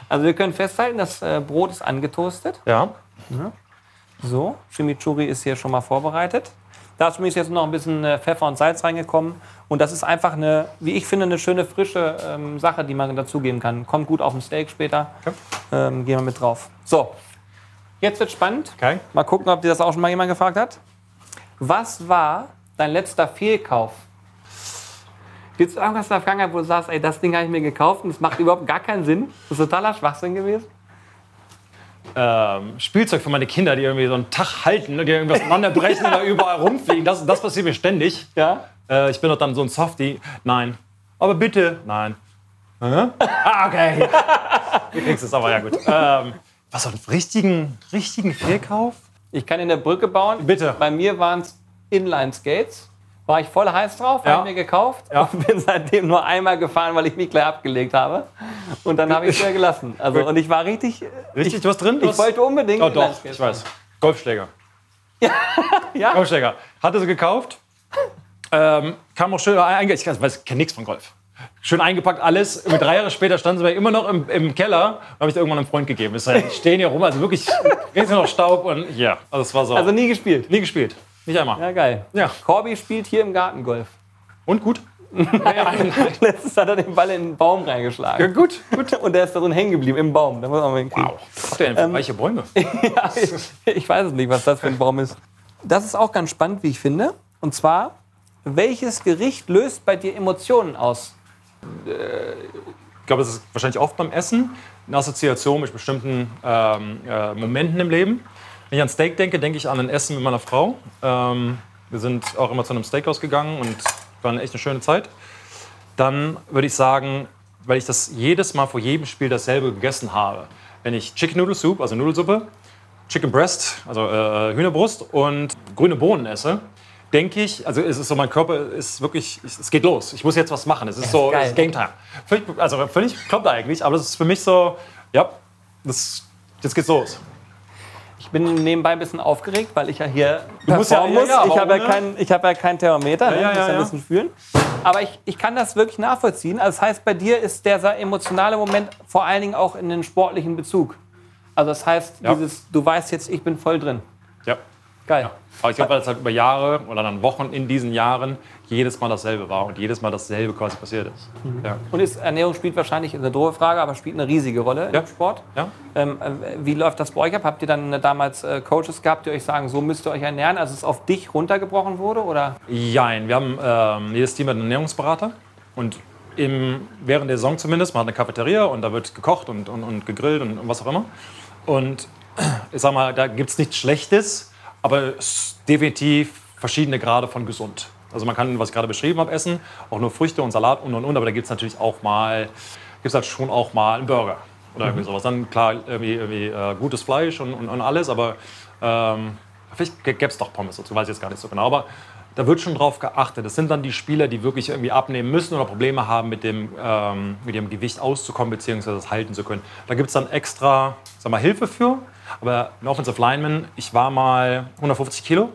Speaker 1: Also wir können festhalten, das äh, Brot ist angetoastet.
Speaker 2: Ja.
Speaker 1: So, Chimichurri ist hier schon mal vorbereitet. Da ist übrigens jetzt noch ein bisschen äh, Pfeffer und Salz reingekommen. Und das ist einfach eine, wie ich finde, eine schöne frische ähm, Sache, die man dazugeben kann. Kommt gut auf dem Steak später. Ähm, gehen wir mit drauf. So, jetzt wird spannend.
Speaker 2: Okay.
Speaker 1: Mal gucken, ob dir das auch schon mal jemand gefragt hat. Was war dein letzter Fehlkauf? Jetzt irgendwas in der Vergangenheit, wo du sagst, ey, das Ding habe ich mir gekauft und es macht überhaupt gar keinen Sinn. Das ist totaler Schwachsinn gewesen.
Speaker 2: ähm, Spielzeug für meine Kinder, die irgendwie so einen Tag halten, ne, die irgendwas auseinanderbrechen oder überall rumfliegen. Das, das passiert mir ständig.
Speaker 1: Ja?
Speaker 2: Äh, ich bin doch dann so ein Softie. Nein. Aber bitte, nein. Hä? Ah, okay. Du kriegst es aber, ja gut. Ähm, was, so einen richtigen, richtigen Fehlkauf?
Speaker 1: Ich kann in der Brücke bauen.
Speaker 2: Bitte.
Speaker 1: Bei mir waren es Inline-Skates. War ich voll heiß drauf,
Speaker 2: Ja.
Speaker 1: hab mir gekauft
Speaker 2: Ja.
Speaker 1: und bin seitdem nur einmal gefahren, weil ich mich gleich abgelegt habe. Und dann habe ich es wieder gelassen. Also, und ich war richtig.
Speaker 2: Richtig, was drin?
Speaker 1: Ich wollte unbedingt.
Speaker 2: Oh doch,
Speaker 1: Inlineskates
Speaker 2: ich weiß. Golfschläger.
Speaker 1: Ja.
Speaker 2: Golfschläger. Hatte sie gekauft. Ähm, kam auch schön eingepackt. Ich weiß, ich kenne nichts von Golf. Schön eingepackt alles. Über drei Jahre später standen sie bei immer noch im, im Keller. Habe ich da irgendwann einem Freund gegeben. Ist halt, stehen hier rum, also wirklich riesig noch Staub und ja, also es war so.
Speaker 1: Also nie gespielt.
Speaker 2: nie gespielt. Nicht einmal.
Speaker 1: Ja, geil.
Speaker 2: Ja.
Speaker 1: Corby spielt hier im Garten Golf.
Speaker 2: Und gut?
Speaker 1: Letztens hat er den Ball in den Baum reingeschlagen.
Speaker 2: gut.
Speaker 1: Gut. Und der ist da drin hängen geblieben, im Baum. Da muss man mal hinkriegen.
Speaker 2: Wow. Was habt ihr
Speaker 1: Ähm.
Speaker 2: denn für weiche Bäume?
Speaker 1: Ja, ich, ich weiß es nicht, was das für ein Baum ist. Das ist auch ganz spannend, wie ich finde. Und zwar, welches Gericht löst bei dir Emotionen aus?
Speaker 2: Ich glaube, es ist wahrscheinlich oft beim Essen eine Assoziation mit bestimmten ähm, äh, Momenten im Leben. Wenn ich an Steak denke, denke ich an ein Essen mit meiner Frau. Ähm, wir sind auch immer zu einem Steakhouse gegangen und war eine echt eine schöne Zeit. Dann würde ich sagen, weil ich das jedes Mal vor jedem Spiel dasselbe gegessen habe. Wenn ich Chicken Noodle Soup, also Nudelsuppe, Chicken Breast, also äh, Hühnerbrust und grüne Bohnen esse, denke ich, also es ist so, mein Körper ist wirklich, es, es geht los. Ich muss jetzt was machen. Es ist so,
Speaker 1: geil.
Speaker 2: es ist Game Time. Völlig, also völlig kloppt eigentlich, aber das ist für mich so, ja, das, jetzt geht's los.
Speaker 1: Ich bin nebenbei ein bisschen aufgeregt, weil ich ja hier
Speaker 2: musst ja-
Speaker 1: performen
Speaker 2: ja, ja,
Speaker 1: ich
Speaker 2: warum,
Speaker 1: habe ja,
Speaker 2: ne?
Speaker 1: kein, ich habe ja kein Thermometer, ne?
Speaker 2: ja,
Speaker 1: ich muss ja,
Speaker 2: ja,
Speaker 1: ein
Speaker 2: ja.
Speaker 1: bisschen fühlen. Aber ich, ich kann das wirklich nachvollziehen. Also das heißt, bei dir ist dieser emotionale Moment vor allen Dingen auch in den sportlichen Bezug. Also das heißt,
Speaker 2: Ja.
Speaker 1: dieses, du weißt jetzt, ich bin voll drin.
Speaker 2: Ja.
Speaker 1: Geil.
Speaker 2: Aber ich glaube, weil es halt über Jahre oder dann Wochen in diesen Jahren jedes Mal dasselbe war und jedes Mal dasselbe quasi passiert ist. Ja.
Speaker 1: Und ist, Ernährung spielt wahrscheinlich eine doofe Frage, aber spielt eine riesige Rolle
Speaker 2: Ja.
Speaker 1: im Sport.
Speaker 2: Ja.
Speaker 1: Ähm, äh, wie läuft das bei euch ab? Habt ihr dann äh, damals äh, Coaches gehabt, die euch sagen, so müsst ihr euch ernähren, als es auf dich runtergebrochen wurde? Oder?
Speaker 2: Jein, wir haben ähm, jedes Team hat einen Ernährungsberater und im, während der Saison zumindest, man hat eine Cafeteria und da wird gekocht und, und, und gegrillt und, und was auch immer. Und ich sag mal, da gibt es nichts Schlechtes, aber es ist definitiv verschiedene Grade von gesund. Also man kann, was ich gerade beschrieben habe, essen, auch nur Früchte und Salat und und und, aber da gibt es natürlich auch mal, gibt halt schon auch mal einen Burger oder irgendwie sowas. Dann klar, irgendwie, irgendwie äh, gutes Fleisch und, und, und alles, aber ähm, vielleicht gäbe es doch Pommes dazu, weiß ich jetzt gar nicht so genau, aber da wird schon drauf geachtet. Das sind dann die Spieler, die wirklich irgendwie abnehmen müssen oder Probleme haben, mit dem, ähm, mit dem Gewicht auszukommen bzw. das halten zu können. Da gibt es dann extra sag mal, Hilfe für. Aber ein Offensive Lineman, ich war mal 150 Kilo.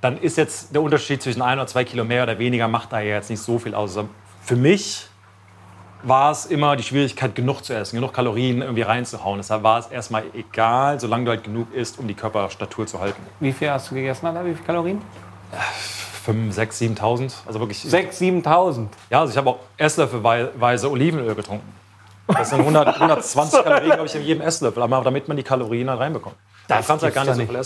Speaker 2: Dann ist jetzt der Unterschied zwischen ein oder zwei Kilo mehr oder weniger, macht da ja jetzt nicht so viel aus. Also Für mich war es immer die Schwierigkeit, genug zu essen, genug Kalorien irgendwie reinzuhauen. Deshalb war es erstmal egal, solange du halt genug isst, um die Körperstatur zu halten.
Speaker 1: Wie viel hast du gegessen, Alter? Wie viele Kalorien?
Speaker 2: 5, 6, 7.000, also wirklich
Speaker 1: 6.000, 7.000.
Speaker 2: Ja, also ich habe auch Esslöffelweise Olivenöl getrunken. Das sind 100, 120 Kalorien, glaube ich, in jedem Esslöffel. Aber damit man die Kalorien halt reinbekommt. Da kannst du halt gar nicht
Speaker 1: gibt's
Speaker 2: so
Speaker 1: doch
Speaker 2: viel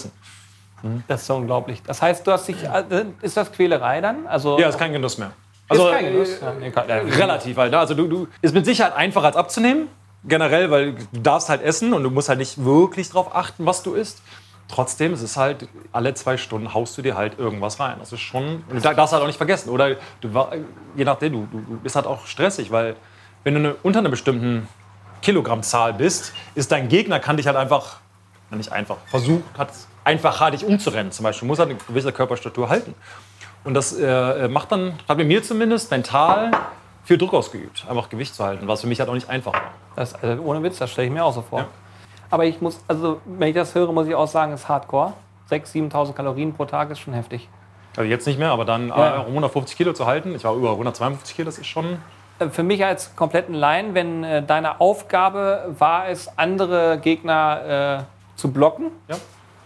Speaker 2: essen.
Speaker 1: Das ist so unglaublich. Das heißt, du hast dich. äh, Ist das Quälerei dann? Also,
Speaker 2: Ja, ist kein Genuss mehr. Also,
Speaker 1: kein Genuss.
Speaker 2: äh, äh, relativ halt. ne? Also du, du ist mit Sicherheit einfacher als abzunehmen. Generell, weil du darfst halt essen und du musst halt nicht wirklich drauf achten, was du isst. Trotzdem, es ist halt, alle zwei Stunden haust du dir halt irgendwas rein. Das ist schon, und du darfst halt auch nicht vergessen. Oder du, wa- je nachdem, du, du du bist halt auch stressig, weil wenn du eine, unter einer bestimmten Kilogrammzahl bist, ist dein Gegner, kann dich halt einfach, na, nicht einfach, versucht hat, einfacher dich umzurennen zum Beispiel. Du musst halt eine gewisse Körperstatur halten. Und das äh, macht dann, hat bei mir zumindest mental viel Druck ausgeübt, einfach Gewicht zu halten, was für mich halt auch nicht einfach war.
Speaker 1: Das, also ohne Witz, das stelle ich mir auch so vor. Aber ich muss, also, wenn ich das höre, muss ich auch sagen, ist hardcore. 6.000, 7.000 Kalorien pro Tag ist schon heftig.
Speaker 2: Also jetzt nicht mehr, aber dann
Speaker 1: Ja.
Speaker 2: äh, um 150 Kilo zu halten, ich war über 152 Kilo, das ist schon.
Speaker 1: Äh, Für mich als kompletten Laien, wenn äh, deine Aufgabe war es, andere Gegner äh, zu blocken.
Speaker 2: Ja.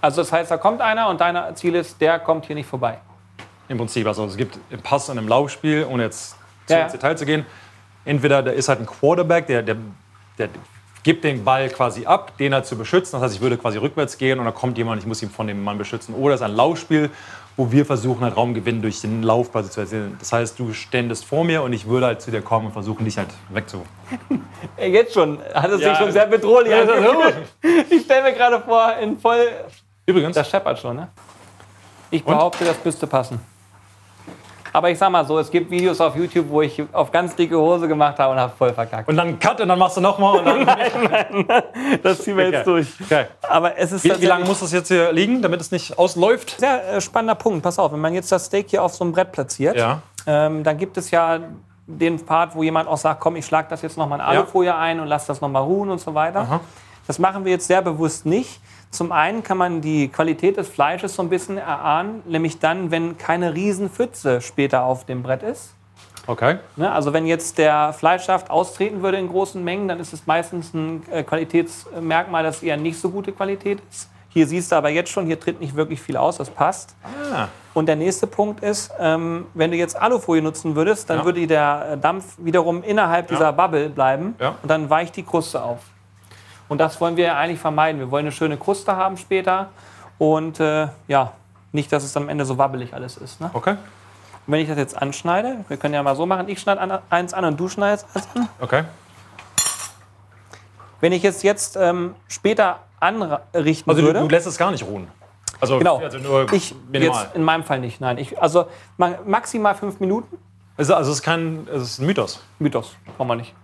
Speaker 1: Also das heißt, da kommt einer und dein Ziel ist, der kommt hier nicht vorbei.
Speaker 2: Im Prinzip, also es gibt im Pass und im Laufspiel, ohne jetzt zu
Speaker 1: Ja.
Speaker 2: ins Detail zu gehen, entweder da ist halt ein Quarterback, der, der, der gibt den Ball quasi ab, den halt zu beschützen. Das heißt, ich würde quasi rückwärts gehen und da kommt jemand, ich muss ihn von dem Mann beschützen. Oder es ist ein Laufspiel, wo wir versuchen, halt Raumgewinn durch den Lauf quasi zu erzielen. Das heißt, du ständest vor mir und ich würde halt zu dir kommen und versuchen, dich halt wegzu.
Speaker 6: Ey, jetzt schon. Hat es
Speaker 2: Ja.
Speaker 6: sich schon sehr bedrohlich
Speaker 2: Ja, das ist
Speaker 6: angefühlt. Ich stelle mir gerade vor, in voll...
Speaker 2: Übrigens,
Speaker 6: Das scheppert schon, ne?
Speaker 1: Ich behaupte, das müsste passen. Aber ich sag mal so, es gibt Videos auf YouTube, wo ich auf ganz dicke Hose gemacht habe und habe voll verkackt.
Speaker 2: und dann Cut und dann machst du nochmal und dann.
Speaker 1: Das ziehen wir
Speaker 2: Ja.
Speaker 1: jetzt durch.
Speaker 2: Okay.
Speaker 1: Aber es ist
Speaker 2: Wie, wie lange
Speaker 1: tatsächlich-
Speaker 2: muss das jetzt hier liegen, damit es nicht ausläuft?
Speaker 1: sehr äh, spannender Punkt. Pass auf, wenn man jetzt das Steak hier auf so einem Brett platziert,
Speaker 2: Ja.
Speaker 1: ähm, dann gibt es ja den Part, wo jemand auch sagt, komm, ich schlag das jetzt nochmal in Alufolie ein und lass das nochmal ruhen und so weiter. Das machen wir jetzt sehr bewusst nicht. Zum einen kann man die Qualität des Fleisches so ein bisschen erahnen, nämlich dann, wenn keine Riesenpfütze später auf dem Brett ist.
Speaker 2: Okay.
Speaker 1: Ne? Also wenn jetzt der Fleischsaft austreten würde in großen Mengen, dann ist es meistens ein äh, Qualitätsmerkmal, das eher nicht so gute Qualität ist. Hier siehst du aber jetzt schon, hier tritt nicht wirklich viel aus, das passt.
Speaker 2: Ah,
Speaker 1: Und der nächste Punkt ist, ähm, wenn du jetzt Alufolie nutzen würdest, dann
Speaker 2: Ja.
Speaker 1: würde der äh, Dampf wiederum innerhalb dieser Bubble bleiben
Speaker 2: Ja.
Speaker 1: und dann weicht die Kruste auf. Und das wollen wir ja eigentlich vermeiden. Wir wollen eine schöne Kruste haben später und äh, ja, nicht, dass es am Ende so wabbelig alles ist. Ne?
Speaker 2: Okay.
Speaker 1: Und wenn ich das jetzt anschneide, wir können ja mal so machen, ich schneide an, eins an und du schneidest eins an.
Speaker 2: Okay.
Speaker 1: Wenn ich es jetzt ähm, später anrichten
Speaker 2: Also du,
Speaker 1: würde.
Speaker 2: du lässt es gar nicht ruhen. Also,
Speaker 1: genau.
Speaker 2: also nur
Speaker 1: ich
Speaker 2: minimal.
Speaker 1: jetzt in meinem Fall nicht. Nein, ich, also ma- maximal fünf Minuten.
Speaker 2: Also, also es ist kein, es ist ein Mythos.
Speaker 1: Mythos, brauchen wir nicht.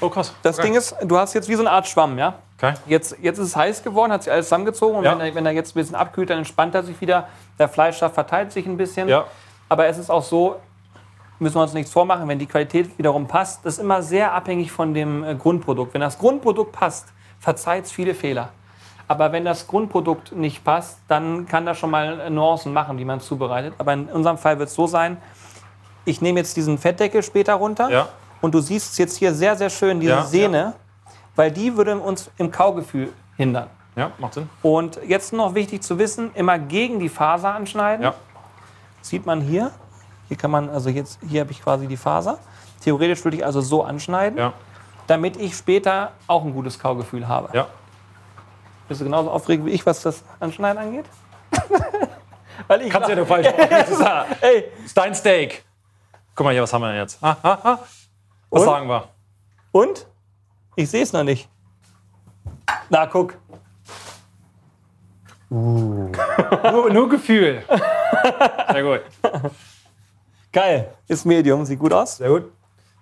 Speaker 2: Oh krass.
Speaker 1: Das Ding ist, du hast jetzt wie so eine Art Schwamm, ja?
Speaker 2: Okay.
Speaker 1: Jetzt, jetzt ist es heiß geworden, hat sich alles zusammengezogen. Und
Speaker 2: Ja.
Speaker 1: wenn, er, wenn er jetzt ein bisschen abkühlt, dann entspannt er sich wieder. Der Fleischstoff verteilt sich ein bisschen.
Speaker 2: Ja.
Speaker 1: Aber es ist auch so, müssen wir uns nichts vormachen, wenn die Qualität wiederum passt, das ist immer sehr abhängig von dem äh, Grundprodukt. Wenn das Grundprodukt passt, verzeiht es viele Fehler. Aber wenn das Grundprodukt nicht passt, dann kann das schon mal äh, Nuancen machen, die man zubereitet. Aber in unserem Fall wird es so sein, ich nehme jetzt diesen Fettdeckel später runter
Speaker 2: Ja.
Speaker 1: und du siehst jetzt hier sehr, sehr schön diese
Speaker 2: Ja, ja.
Speaker 1: Sehne, weil die würde uns im Kaugefühl hindern.
Speaker 2: Ja, macht Sinn.
Speaker 1: Und jetzt noch wichtig zu wissen, immer gegen die Faser anschneiden.
Speaker 2: Ja.
Speaker 1: Sieht man hier. Hier kann man, also jetzt, hier habe ich quasi die Faser. Theoretisch würde ich also so anschneiden,
Speaker 2: Ja.
Speaker 1: damit ich später auch ein gutes Kaugefühl habe.
Speaker 2: Ja.
Speaker 1: Bist du genauso aufgeregt wie ich, was das Anschneiden angeht? Weil ich
Speaker 2: Kannst ja nur falsch machen.
Speaker 1: Ey,
Speaker 2: ist dein Steak. Guck mal hier, was haben wir denn jetzt? Ah, ah, ah. Was
Speaker 1: Und?
Speaker 2: sagen wir?
Speaker 1: und? Ich sehe es noch nicht. Na, guck.
Speaker 2: Nur, nur Gefühl. Sehr gut.
Speaker 1: Geil. Ist Medium, sieht gut aus.
Speaker 2: Sehr gut.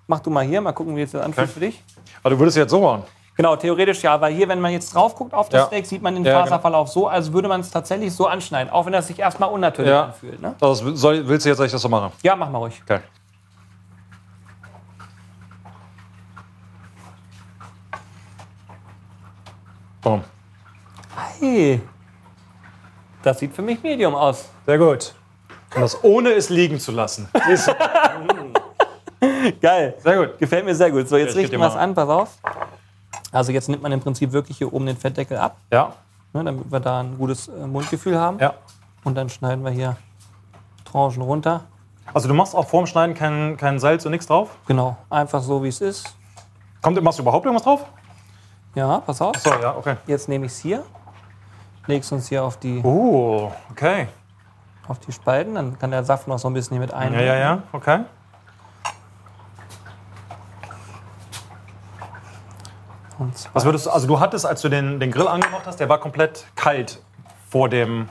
Speaker 1: Mach du mal hier, mal gucken, wie es jetzt anfühlt
Speaker 2: Okay.
Speaker 1: für dich.
Speaker 2: Aber du würdest jetzt so machen.
Speaker 1: Genau, theoretisch ja, weil hier, wenn man jetzt drauf guckt auf das
Speaker 2: Ja.
Speaker 1: Steak, sieht man den
Speaker 2: Ja,
Speaker 1: Faserverlauf so, als würde man es tatsächlich so anschneiden, auch wenn das sich erstmal unnatürlich
Speaker 2: Ja.
Speaker 1: anfühlt. Ne?
Speaker 2: Das Also, soll, willst du jetzt, dass ich das so mache?
Speaker 1: Ja, mach mal ruhig.
Speaker 2: Okay. Boom.
Speaker 1: Hey. Das sieht für mich Medium aus.
Speaker 2: Sehr gut. Und das ohne es liegen zu lassen. Siehst du?
Speaker 1: Geil.
Speaker 2: Sehr gut.
Speaker 1: Gefällt mir sehr gut. So, jetzt
Speaker 2: ich geb
Speaker 1: richten
Speaker 2: dir
Speaker 1: wir
Speaker 2: mal-
Speaker 1: es an, pass auf. Also jetzt nimmt man im Prinzip wirklich hier oben den Fettdeckel ab,
Speaker 2: Ja,
Speaker 1: ne, damit wir da ein gutes äh, Mundgefühl haben.
Speaker 2: ja.
Speaker 1: Und dann schneiden wir hier Tranchen runter.
Speaker 2: Also du machst auch vorm Schneiden kein, kein Salz und nichts drauf?
Speaker 1: Genau, einfach so wie es ist.
Speaker 2: Kommt, machst du überhaupt irgendwas drauf?
Speaker 1: Ja, pass auf.
Speaker 2: So, ja, okay.
Speaker 1: Jetzt nehme ich es hier, leg's uns hier auf die
Speaker 2: Oh, okay.
Speaker 1: auf die Spalten, dann kann der Saft noch so ein bisschen hier mit ein.
Speaker 2: Ja, ja, ja, okay.
Speaker 1: Und zwar-
Speaker 2: Was würdest du, also du hattest, als du den, den Grill angemacht hast, der war komplett kalt vor dem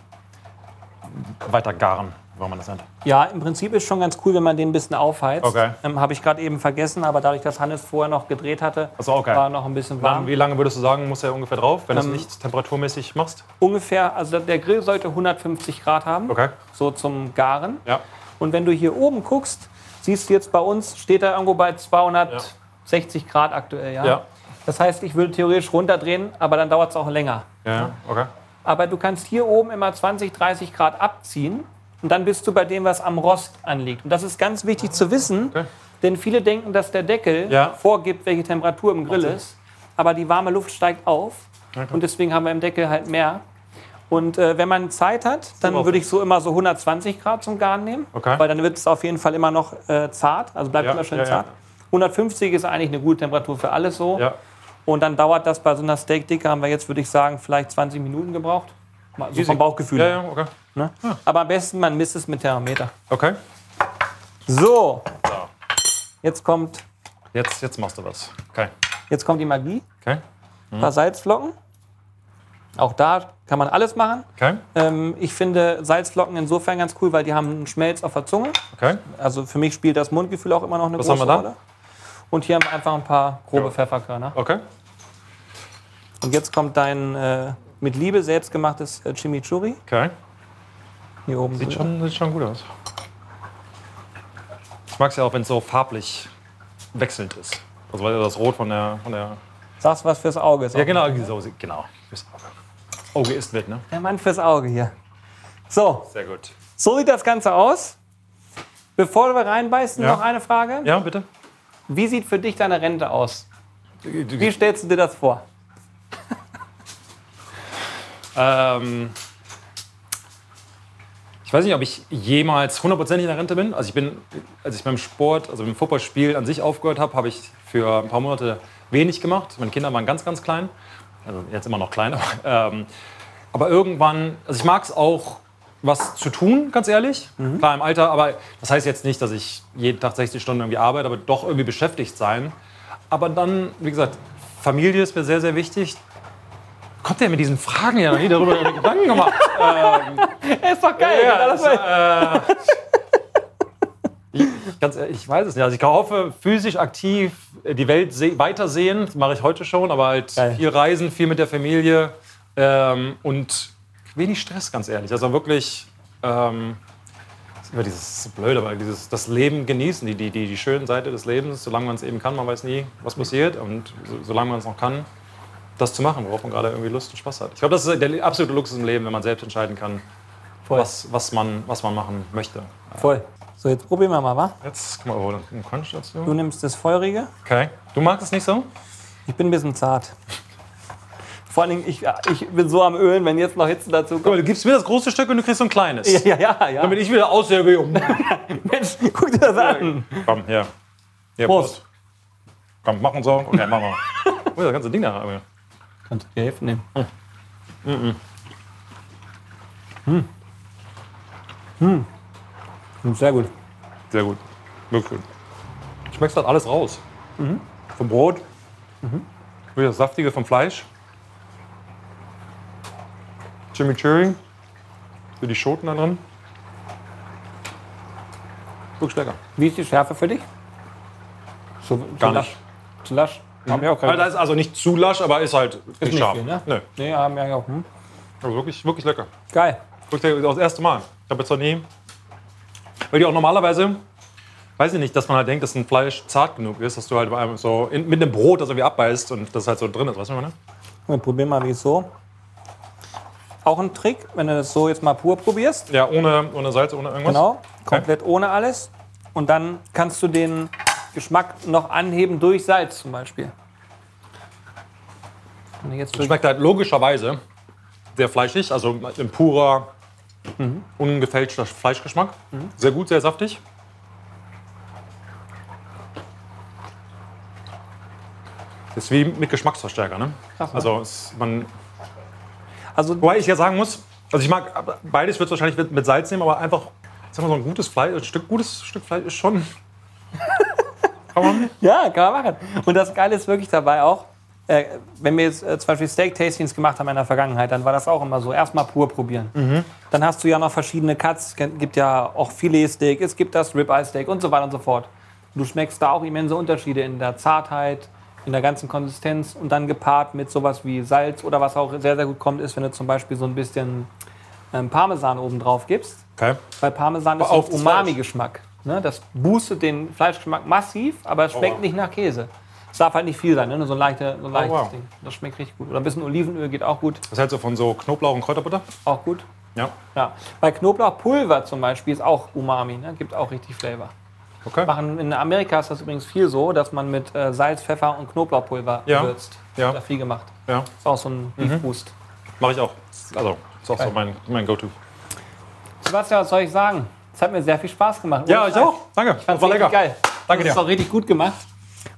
Speaker 2: Weitergaren, wie man das nennt.
Speaker 1: ja, im Prinzip ist schon ganz cool, wenn man den ein bisschen aufheizt.
Speaker 2: Okay.
Speaker 1: Ähm, Habe ich gerade eben vergessen, aber dadurch, dass Hannes vorher noch gedreht hatte,
Speaker 2: Ach so, okay.
Speaker 1: war noch ein bisschen
Speaker 2: Dann,
Speaker 1: warm.
Speaker 2: wie lange würdest du sagen, muss er ungefähr drauf, wenn du es nicht temperaturmäßig machst?
Speaker 1: Ungefähr, also der Grill sollte 150 Grad haben,
Speaker 2: Okay.
Speaker 1: so zum Garen.
Speaker 2: Ja.
Speaker 1: Und wenn du hier oben guckst, siehst du jetzt bei uns, steht er irgendwo bei 260 Grad aktuell. Ja?
Speaker 2: Ja.
Speaker 1: Das heißt, ich würde theoretisch runterdrehen, aber dann dauert es auch länger.
Speaker 2: Ja, ja, okay.
Speaker 1: Aber du kannst hier oben immer 20, 30 Grad abziehen und dann bist du bei dem, was am Rost anliegt. Und das ist ganz wichtig zu wissen, denn viele denken, dass der Deckel
Speaker 2: Ja.
Speaker 1: vorgibt, welche Temperatur im Grill ist. Aber die warme Luft steigt auf und deswegen haben wir im Deckel halt mehr. Und äh, wenn man Zeit hat, dann
Speaker 2: Super.
Speaker 1: würde ich so immer so 120 Grad zum Garen nehmen,
Speaker 2: Okay.
Speaker 1: weil dann wird es auf jeden Fall immer noch äh, zart, also bleibt
Speaker 2: Ja,
Speaker 1: immer schön
Speaker 2: ja, ja.
Speaker 1: zart. 150 ist eigentlich eine gute Temperatur für alles so.
Speaker 2: Ja.
Speaker 1: Und dann dauert das bei so einer Steakdicke, haben wir jetzt, würde ich sagen, vielleicht 20 Minuten gebraucht. Mal So vom Bauchgefühl.
Speaker 2: Ja, ja, okay.
Speaker 1: Ne? Aber am besten, man misst es mit Thermometer.
Speaker 2: Okay.
Speaker 1: So. Jetzt kommt,
Speaker 2: Jetzt, jetzt machst du was. Okay.
Speaker 1: jetzt kommt die Magie.
Speaker 2: Okay.
Speaker 1: Ein
Speaker 2: Mhm.
Speaker 1: paar Salzflocken. Auch da kann man alles machen.
Speaker 2: Okay.
Speaker 1: Ähm, ich finde Salzflocken insofern ganz cool, weil die haben einen Schmelz auf der Zunge.
Speaker 2: Okay.
Speaker 1: Also für mich spielt das Mundgefühl auch immer noch eine
Speaker 2: Was
Speaker 1: große
Speaker 2: haben wir da?
Speaker 1: Rolle. Und hier haben wir einfach ein paar grobe
Speaker 2: Ja.
Speaker 1: Pfefferkörner.
Speaker 2: Okay.
Speaker 1: Und jetzt komgemeinsam kommt dein äh, mit Liebe selbstgemachtes äh, Chimichurri.
Speaker 2: Okay.
Speaker 1: Hier oben
Speaker 2: Sieht
Speaker 1: sind-
Speaker 2: schon, sieht schon gut aus. Ich mag es ja auch, wenn es so farblich wechselnd ist. Also weil das Rot von der. Von der
Speaker 1: Sagst was fürs Auge. Ist
Speaker 2: ja,
Speaker 1: auch-
Speaker 2: genau. irgendwie So, sieht- genau. Fürs Auge. Auge ist mit, ne?
Speaker 1: Der Mann fürs Auge hier. So,
Speaker 2: Sehr gut.
Speaker 1: so sieht das Ganze aus. Bevor wir reinbeißen,
Speaker 2: Ja.
Speaker 1: noch eine Frage.
Speaker 2: Ja, bitte.
Speaker 1: Wie sieht für dich deine Rente aus? Wie
Speaker 2: Wie
Speaker 1: stellst du dir das vor?
Speaker 2: Ähm, ich weiß nicht, ob ich jemals hundertprozentig in der Rente bin. Also ich bin, als ich beim Sport, also beim Footballspiel an sich aufgehört habe, habe ich für ein paar Monate wenig gemacht. Meine Kinder waren ganz, ganz klein. Also jetzt immer noch klein. Aber, ähm, aber irgendwann, also ich mag es auch, was zu tun, ganz ehrlich. Klar im Alter, aber das heißt jetzt nicht, dass ich jeden Tag 60 Stunden irgendwie arbeite, aber doch irgendwie beschäftigt sein. Aber dann, wie gesagt, Familie ist mir sehr, sehr wichtig. Kommt der mit diesen Fragen ja noch nie darüber Gedanken gemacht?
Speaker 1: Ist doch geil.
Speaker 2: Ja,
Speaker 1: genau
Speaker 2: das, äh, ich, ganz ehrlich, ich weiß es nicht. Also ich hoffe, physisch aktiv äh, die Welt se- weitersehen, das mache ich heute schon, aber halt
Speaker 1: Geil.
Speaker 2: viel reisen, viel mit der Familie ähm, und wenig Stress, ganz ehrlich. Also wirklich, ähm, ist immer dieses ist blöd, aber dieses das Leben genießen, die, die, die, die schöne Seite des Lebens, solange man es eben kann, man weiß nie, was passiert und so, solange man es noch kann. Das zu machen, worauf man gerade irgendwie Lust und Spaß hat. Ich glaube, das ist der absolute Luxus im Leben, wenn man selbst entscheiden kann,
Speaker 1: Voll.
Speaker 2: was, was, man, was man machen möchte.
Speaker 1: Voll. So, jetzt probieren wir mal, wa?
Speaker 2: Jetzt guck mal, wo ein Crunch dazu.
Speaker 1: Du nimmst das Feurige.
Speaker 2: Okay. Du magst es nicht so?
Speaker 1: Ich bin ein bisschen zart. Vor allen Dingen, ich, äh, ich bin so am Ölen, wenn jetzt noch Hitze dazu
Speaker 2: Guck
Speaker 1: kommt.
Speaker 2: mal, du gibst mir das große Stück und du kriegst so ein kleines.
Speaker 1: Ja, ja, ja.
Speaker 2: Damit ich wieder aussehe wie
Speaker 1: Mensch, guck dir das an.
Speaker 2: Komm, hier. hier
Speaker 1: Prost.
Speaker 2: Komm, mach uns so. Okay, mach mal. Oh, das ganze Ding da. aber-
Speaker 1: Kannst du dir helfen nehmen? Hm. Sehr gut.
Speaker 2: Sehr gut. Wirklich gut. Schmeckst halt alles raus. Vom Brot. Wieder Das Saftige vom Fleisch. Chimichurri. Für die Schoten da drin. Wirklich lecker.
Speaker 1: Wie ist die Schärfe für dich? So,
Speaker 2: Gar
Speaker 1: zu lasch.
Speaker 2: nicht.
Speaker 1: Zu lasch? Haben wir auch
Speaker 2: Also,
Speaker 1: keine.
Speaker 2: das ist also nicht zu lasch, aber ist halt ist nicht
Speaker 1: nicht
Speaker 2: scharf.
Speaker 1: viel, ne?
Speaker 2: Nö,
Speaker 1: Nee, haben wir auch. Hm.
Speaker 2: also wirklich, wirklich lecker.
Speaker 1: Geil.
Speaker 2: Wirklich lecker. Das erste Mal. Ich habe jetzt noch nie. Weil die auch normalerweise, weiß ich nicht, dass man halt denkt, dass ein Fleisch zart genug ist, dass du halt bei einem so in, mit einem Brot das irgendwie abbeißt und das halt so drin ist. Weißt du, was ich meine?
Speaker 1: Wir probieren mal, wie es so. Auch ein Trick, wenn du das so jetzt mal pur probierst.
Speaker 2: Ja, ohne, ohne Salz, ohne irgendwas.
Speaker 1: Genau, komplett ohne alles. Und dann kannst du den Geschmack noch anheben durch Salz zum Beispiel. Und jetzt durch
Speaker 2: Schmeckt halt logischerweise sehr fleischig, also ein purer, mhm, ungefälschter Fleischgeschmack. Sehr gut, sehr saftig. Das ist wie mit Geschmacksverstärker, ne?
Speaker 1: Krass, ne?
Speaker 2: Also es, man,
Speaker 1: also
Speaker 2: wobei ich ja sagen muss, also ich mag beides, würde wahrscheinlich mit- mit Salz nehmen, aber einfach, sag mal so ein gutes Fleisch, ein Stück gutes Stück Fleisch ist schon. Kann man?
Speaker 1: ja, kann man machen. Und das Geile ist wirklich dabei auch, äh, wenn wir jetzt äh, zum Beispiel Steak-Tastings gemacht haben in der Vergangenheit, dann war das auch immer so. Erstmal pur probieren. Dann hast du ja noch verschiedene Cuts. Es gibt ja auch Filet-Steak, es gibt das Ribeye-Steak und so weiter und so fort. Du schmeckst da auch immense Unterschiede in der Zartheit, in der ganzen Konsistenz und dann gepaart mit sowas wie Salz oder was auch sehr, sehr gut kommt, ist, wenn du zum Beispiel so ein bisschen ähm, Parmesan oben drauf gibst.
Speaker 2: Okay.
Speaker 1: Weil Parmesan ist
Speaker 2: Auf
Speaker 1: ein
Speaker 2: das
Speaker 1: Umami-Geschmack. Ne? Das boostet den Fleischgeschmack massiv, aber es schmeckt
Speaker 2: wow.
Speaker 1: nicht nach Käse. Es darf halt nicht viel sein, ne? nur so ein, leichte, so ein leichtes
Speaker 2: Oh, wow.
Speaker 1: Ding. Das schmeckt richtig gut. Oder ein bisschen Olivenöl geht auch gut.
Speaker 2: Das hältst du von so Knoblauch und Kräuterbutter?
Speaker 1: Auch gut.
Speaker 2: Ja.
Speaker 1: Ja. Bei Knoblauchpulver zum Beispiel ist auch Umami, ne? gibt auch richtig Flavor.
Speaker 2: Okay.
Speaker 1: Machen, in Amerika ist das übrigens viel so, dass man mit äh, Salz, Pfeffer und Knoblauchpulver
Speaker 2: Ja.
Speaker 1: würzt.
Speaker 2: Ja. Mhm.
Speaker 1: Wird Da viel gemacht.
Speaker 2: Ja.
Speaker 1: Ist auch so ein Beef Boost.
Speaker 2: Mache ich auch. Also, ist auch so mein, mein Go-To.
Speaker 1: Sebastian, was soll ich sagen? Es hat mir sehr viel Spaß gemacht.
Speaker 2: Ja,
Speaker 1: Ohne
Speaker 2: ich
Speaker 1: Scheiß.
Speaker 2: auch. Danke.
Speaker 1: Fand's richtig geil.
Speaker 2: Danke
Speaker 1: das
Speaker 2: dir.
Speaker 1: ist auch richtig gut gemacht.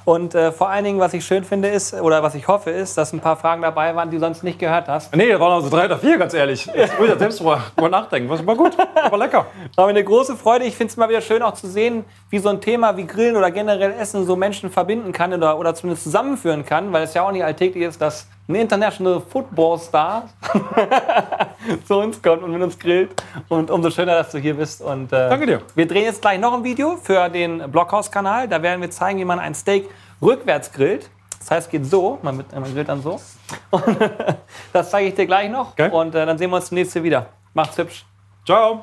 Speaker 1: Und äh, vor allen Dingen, was ich schön finde, ist, oder was ich hoffe, ist, dass ein paar Fragen dabei waren, die du sonst nicht gehört hast.
Speaker 2: Nee, da waren also drei oder vier, ganz ehrlich. Jetzt muss ich ja selbst drüber drüber nachdenken. Was war gut, war lecker.
Speaker 1: War mir eine große Freude. Ich finde es immer wieder schön, auch zu sehen, wie so ein Thema wie Grillen oder generell Essen so Menschen verbinden kann oder, oder zumindest zusammenführen kann, weil es ja auch nicht alltäglich ist, dass ein International Football Star zu uns kommt und mit uns grillt. Und umso schöner, dass du hier bist. Und, äh,
Speaker 2: Danke dir.
Speaker 1: Wir drehen jetzt gleich noch ein Video für den Blockhaus-Kanal. Da werden wir zeigen, wie man ein Steak rückwärts grillt. Das heißt, geht so. Man, mit, man grillt dann so. das zeige ich dir gleich noch.
Speaker 2: Geil.
Speaker 1: Und äh, dann sehen wir uns demnächst hier wieder. Macht's hübsch.
Speaker 2: Ciao.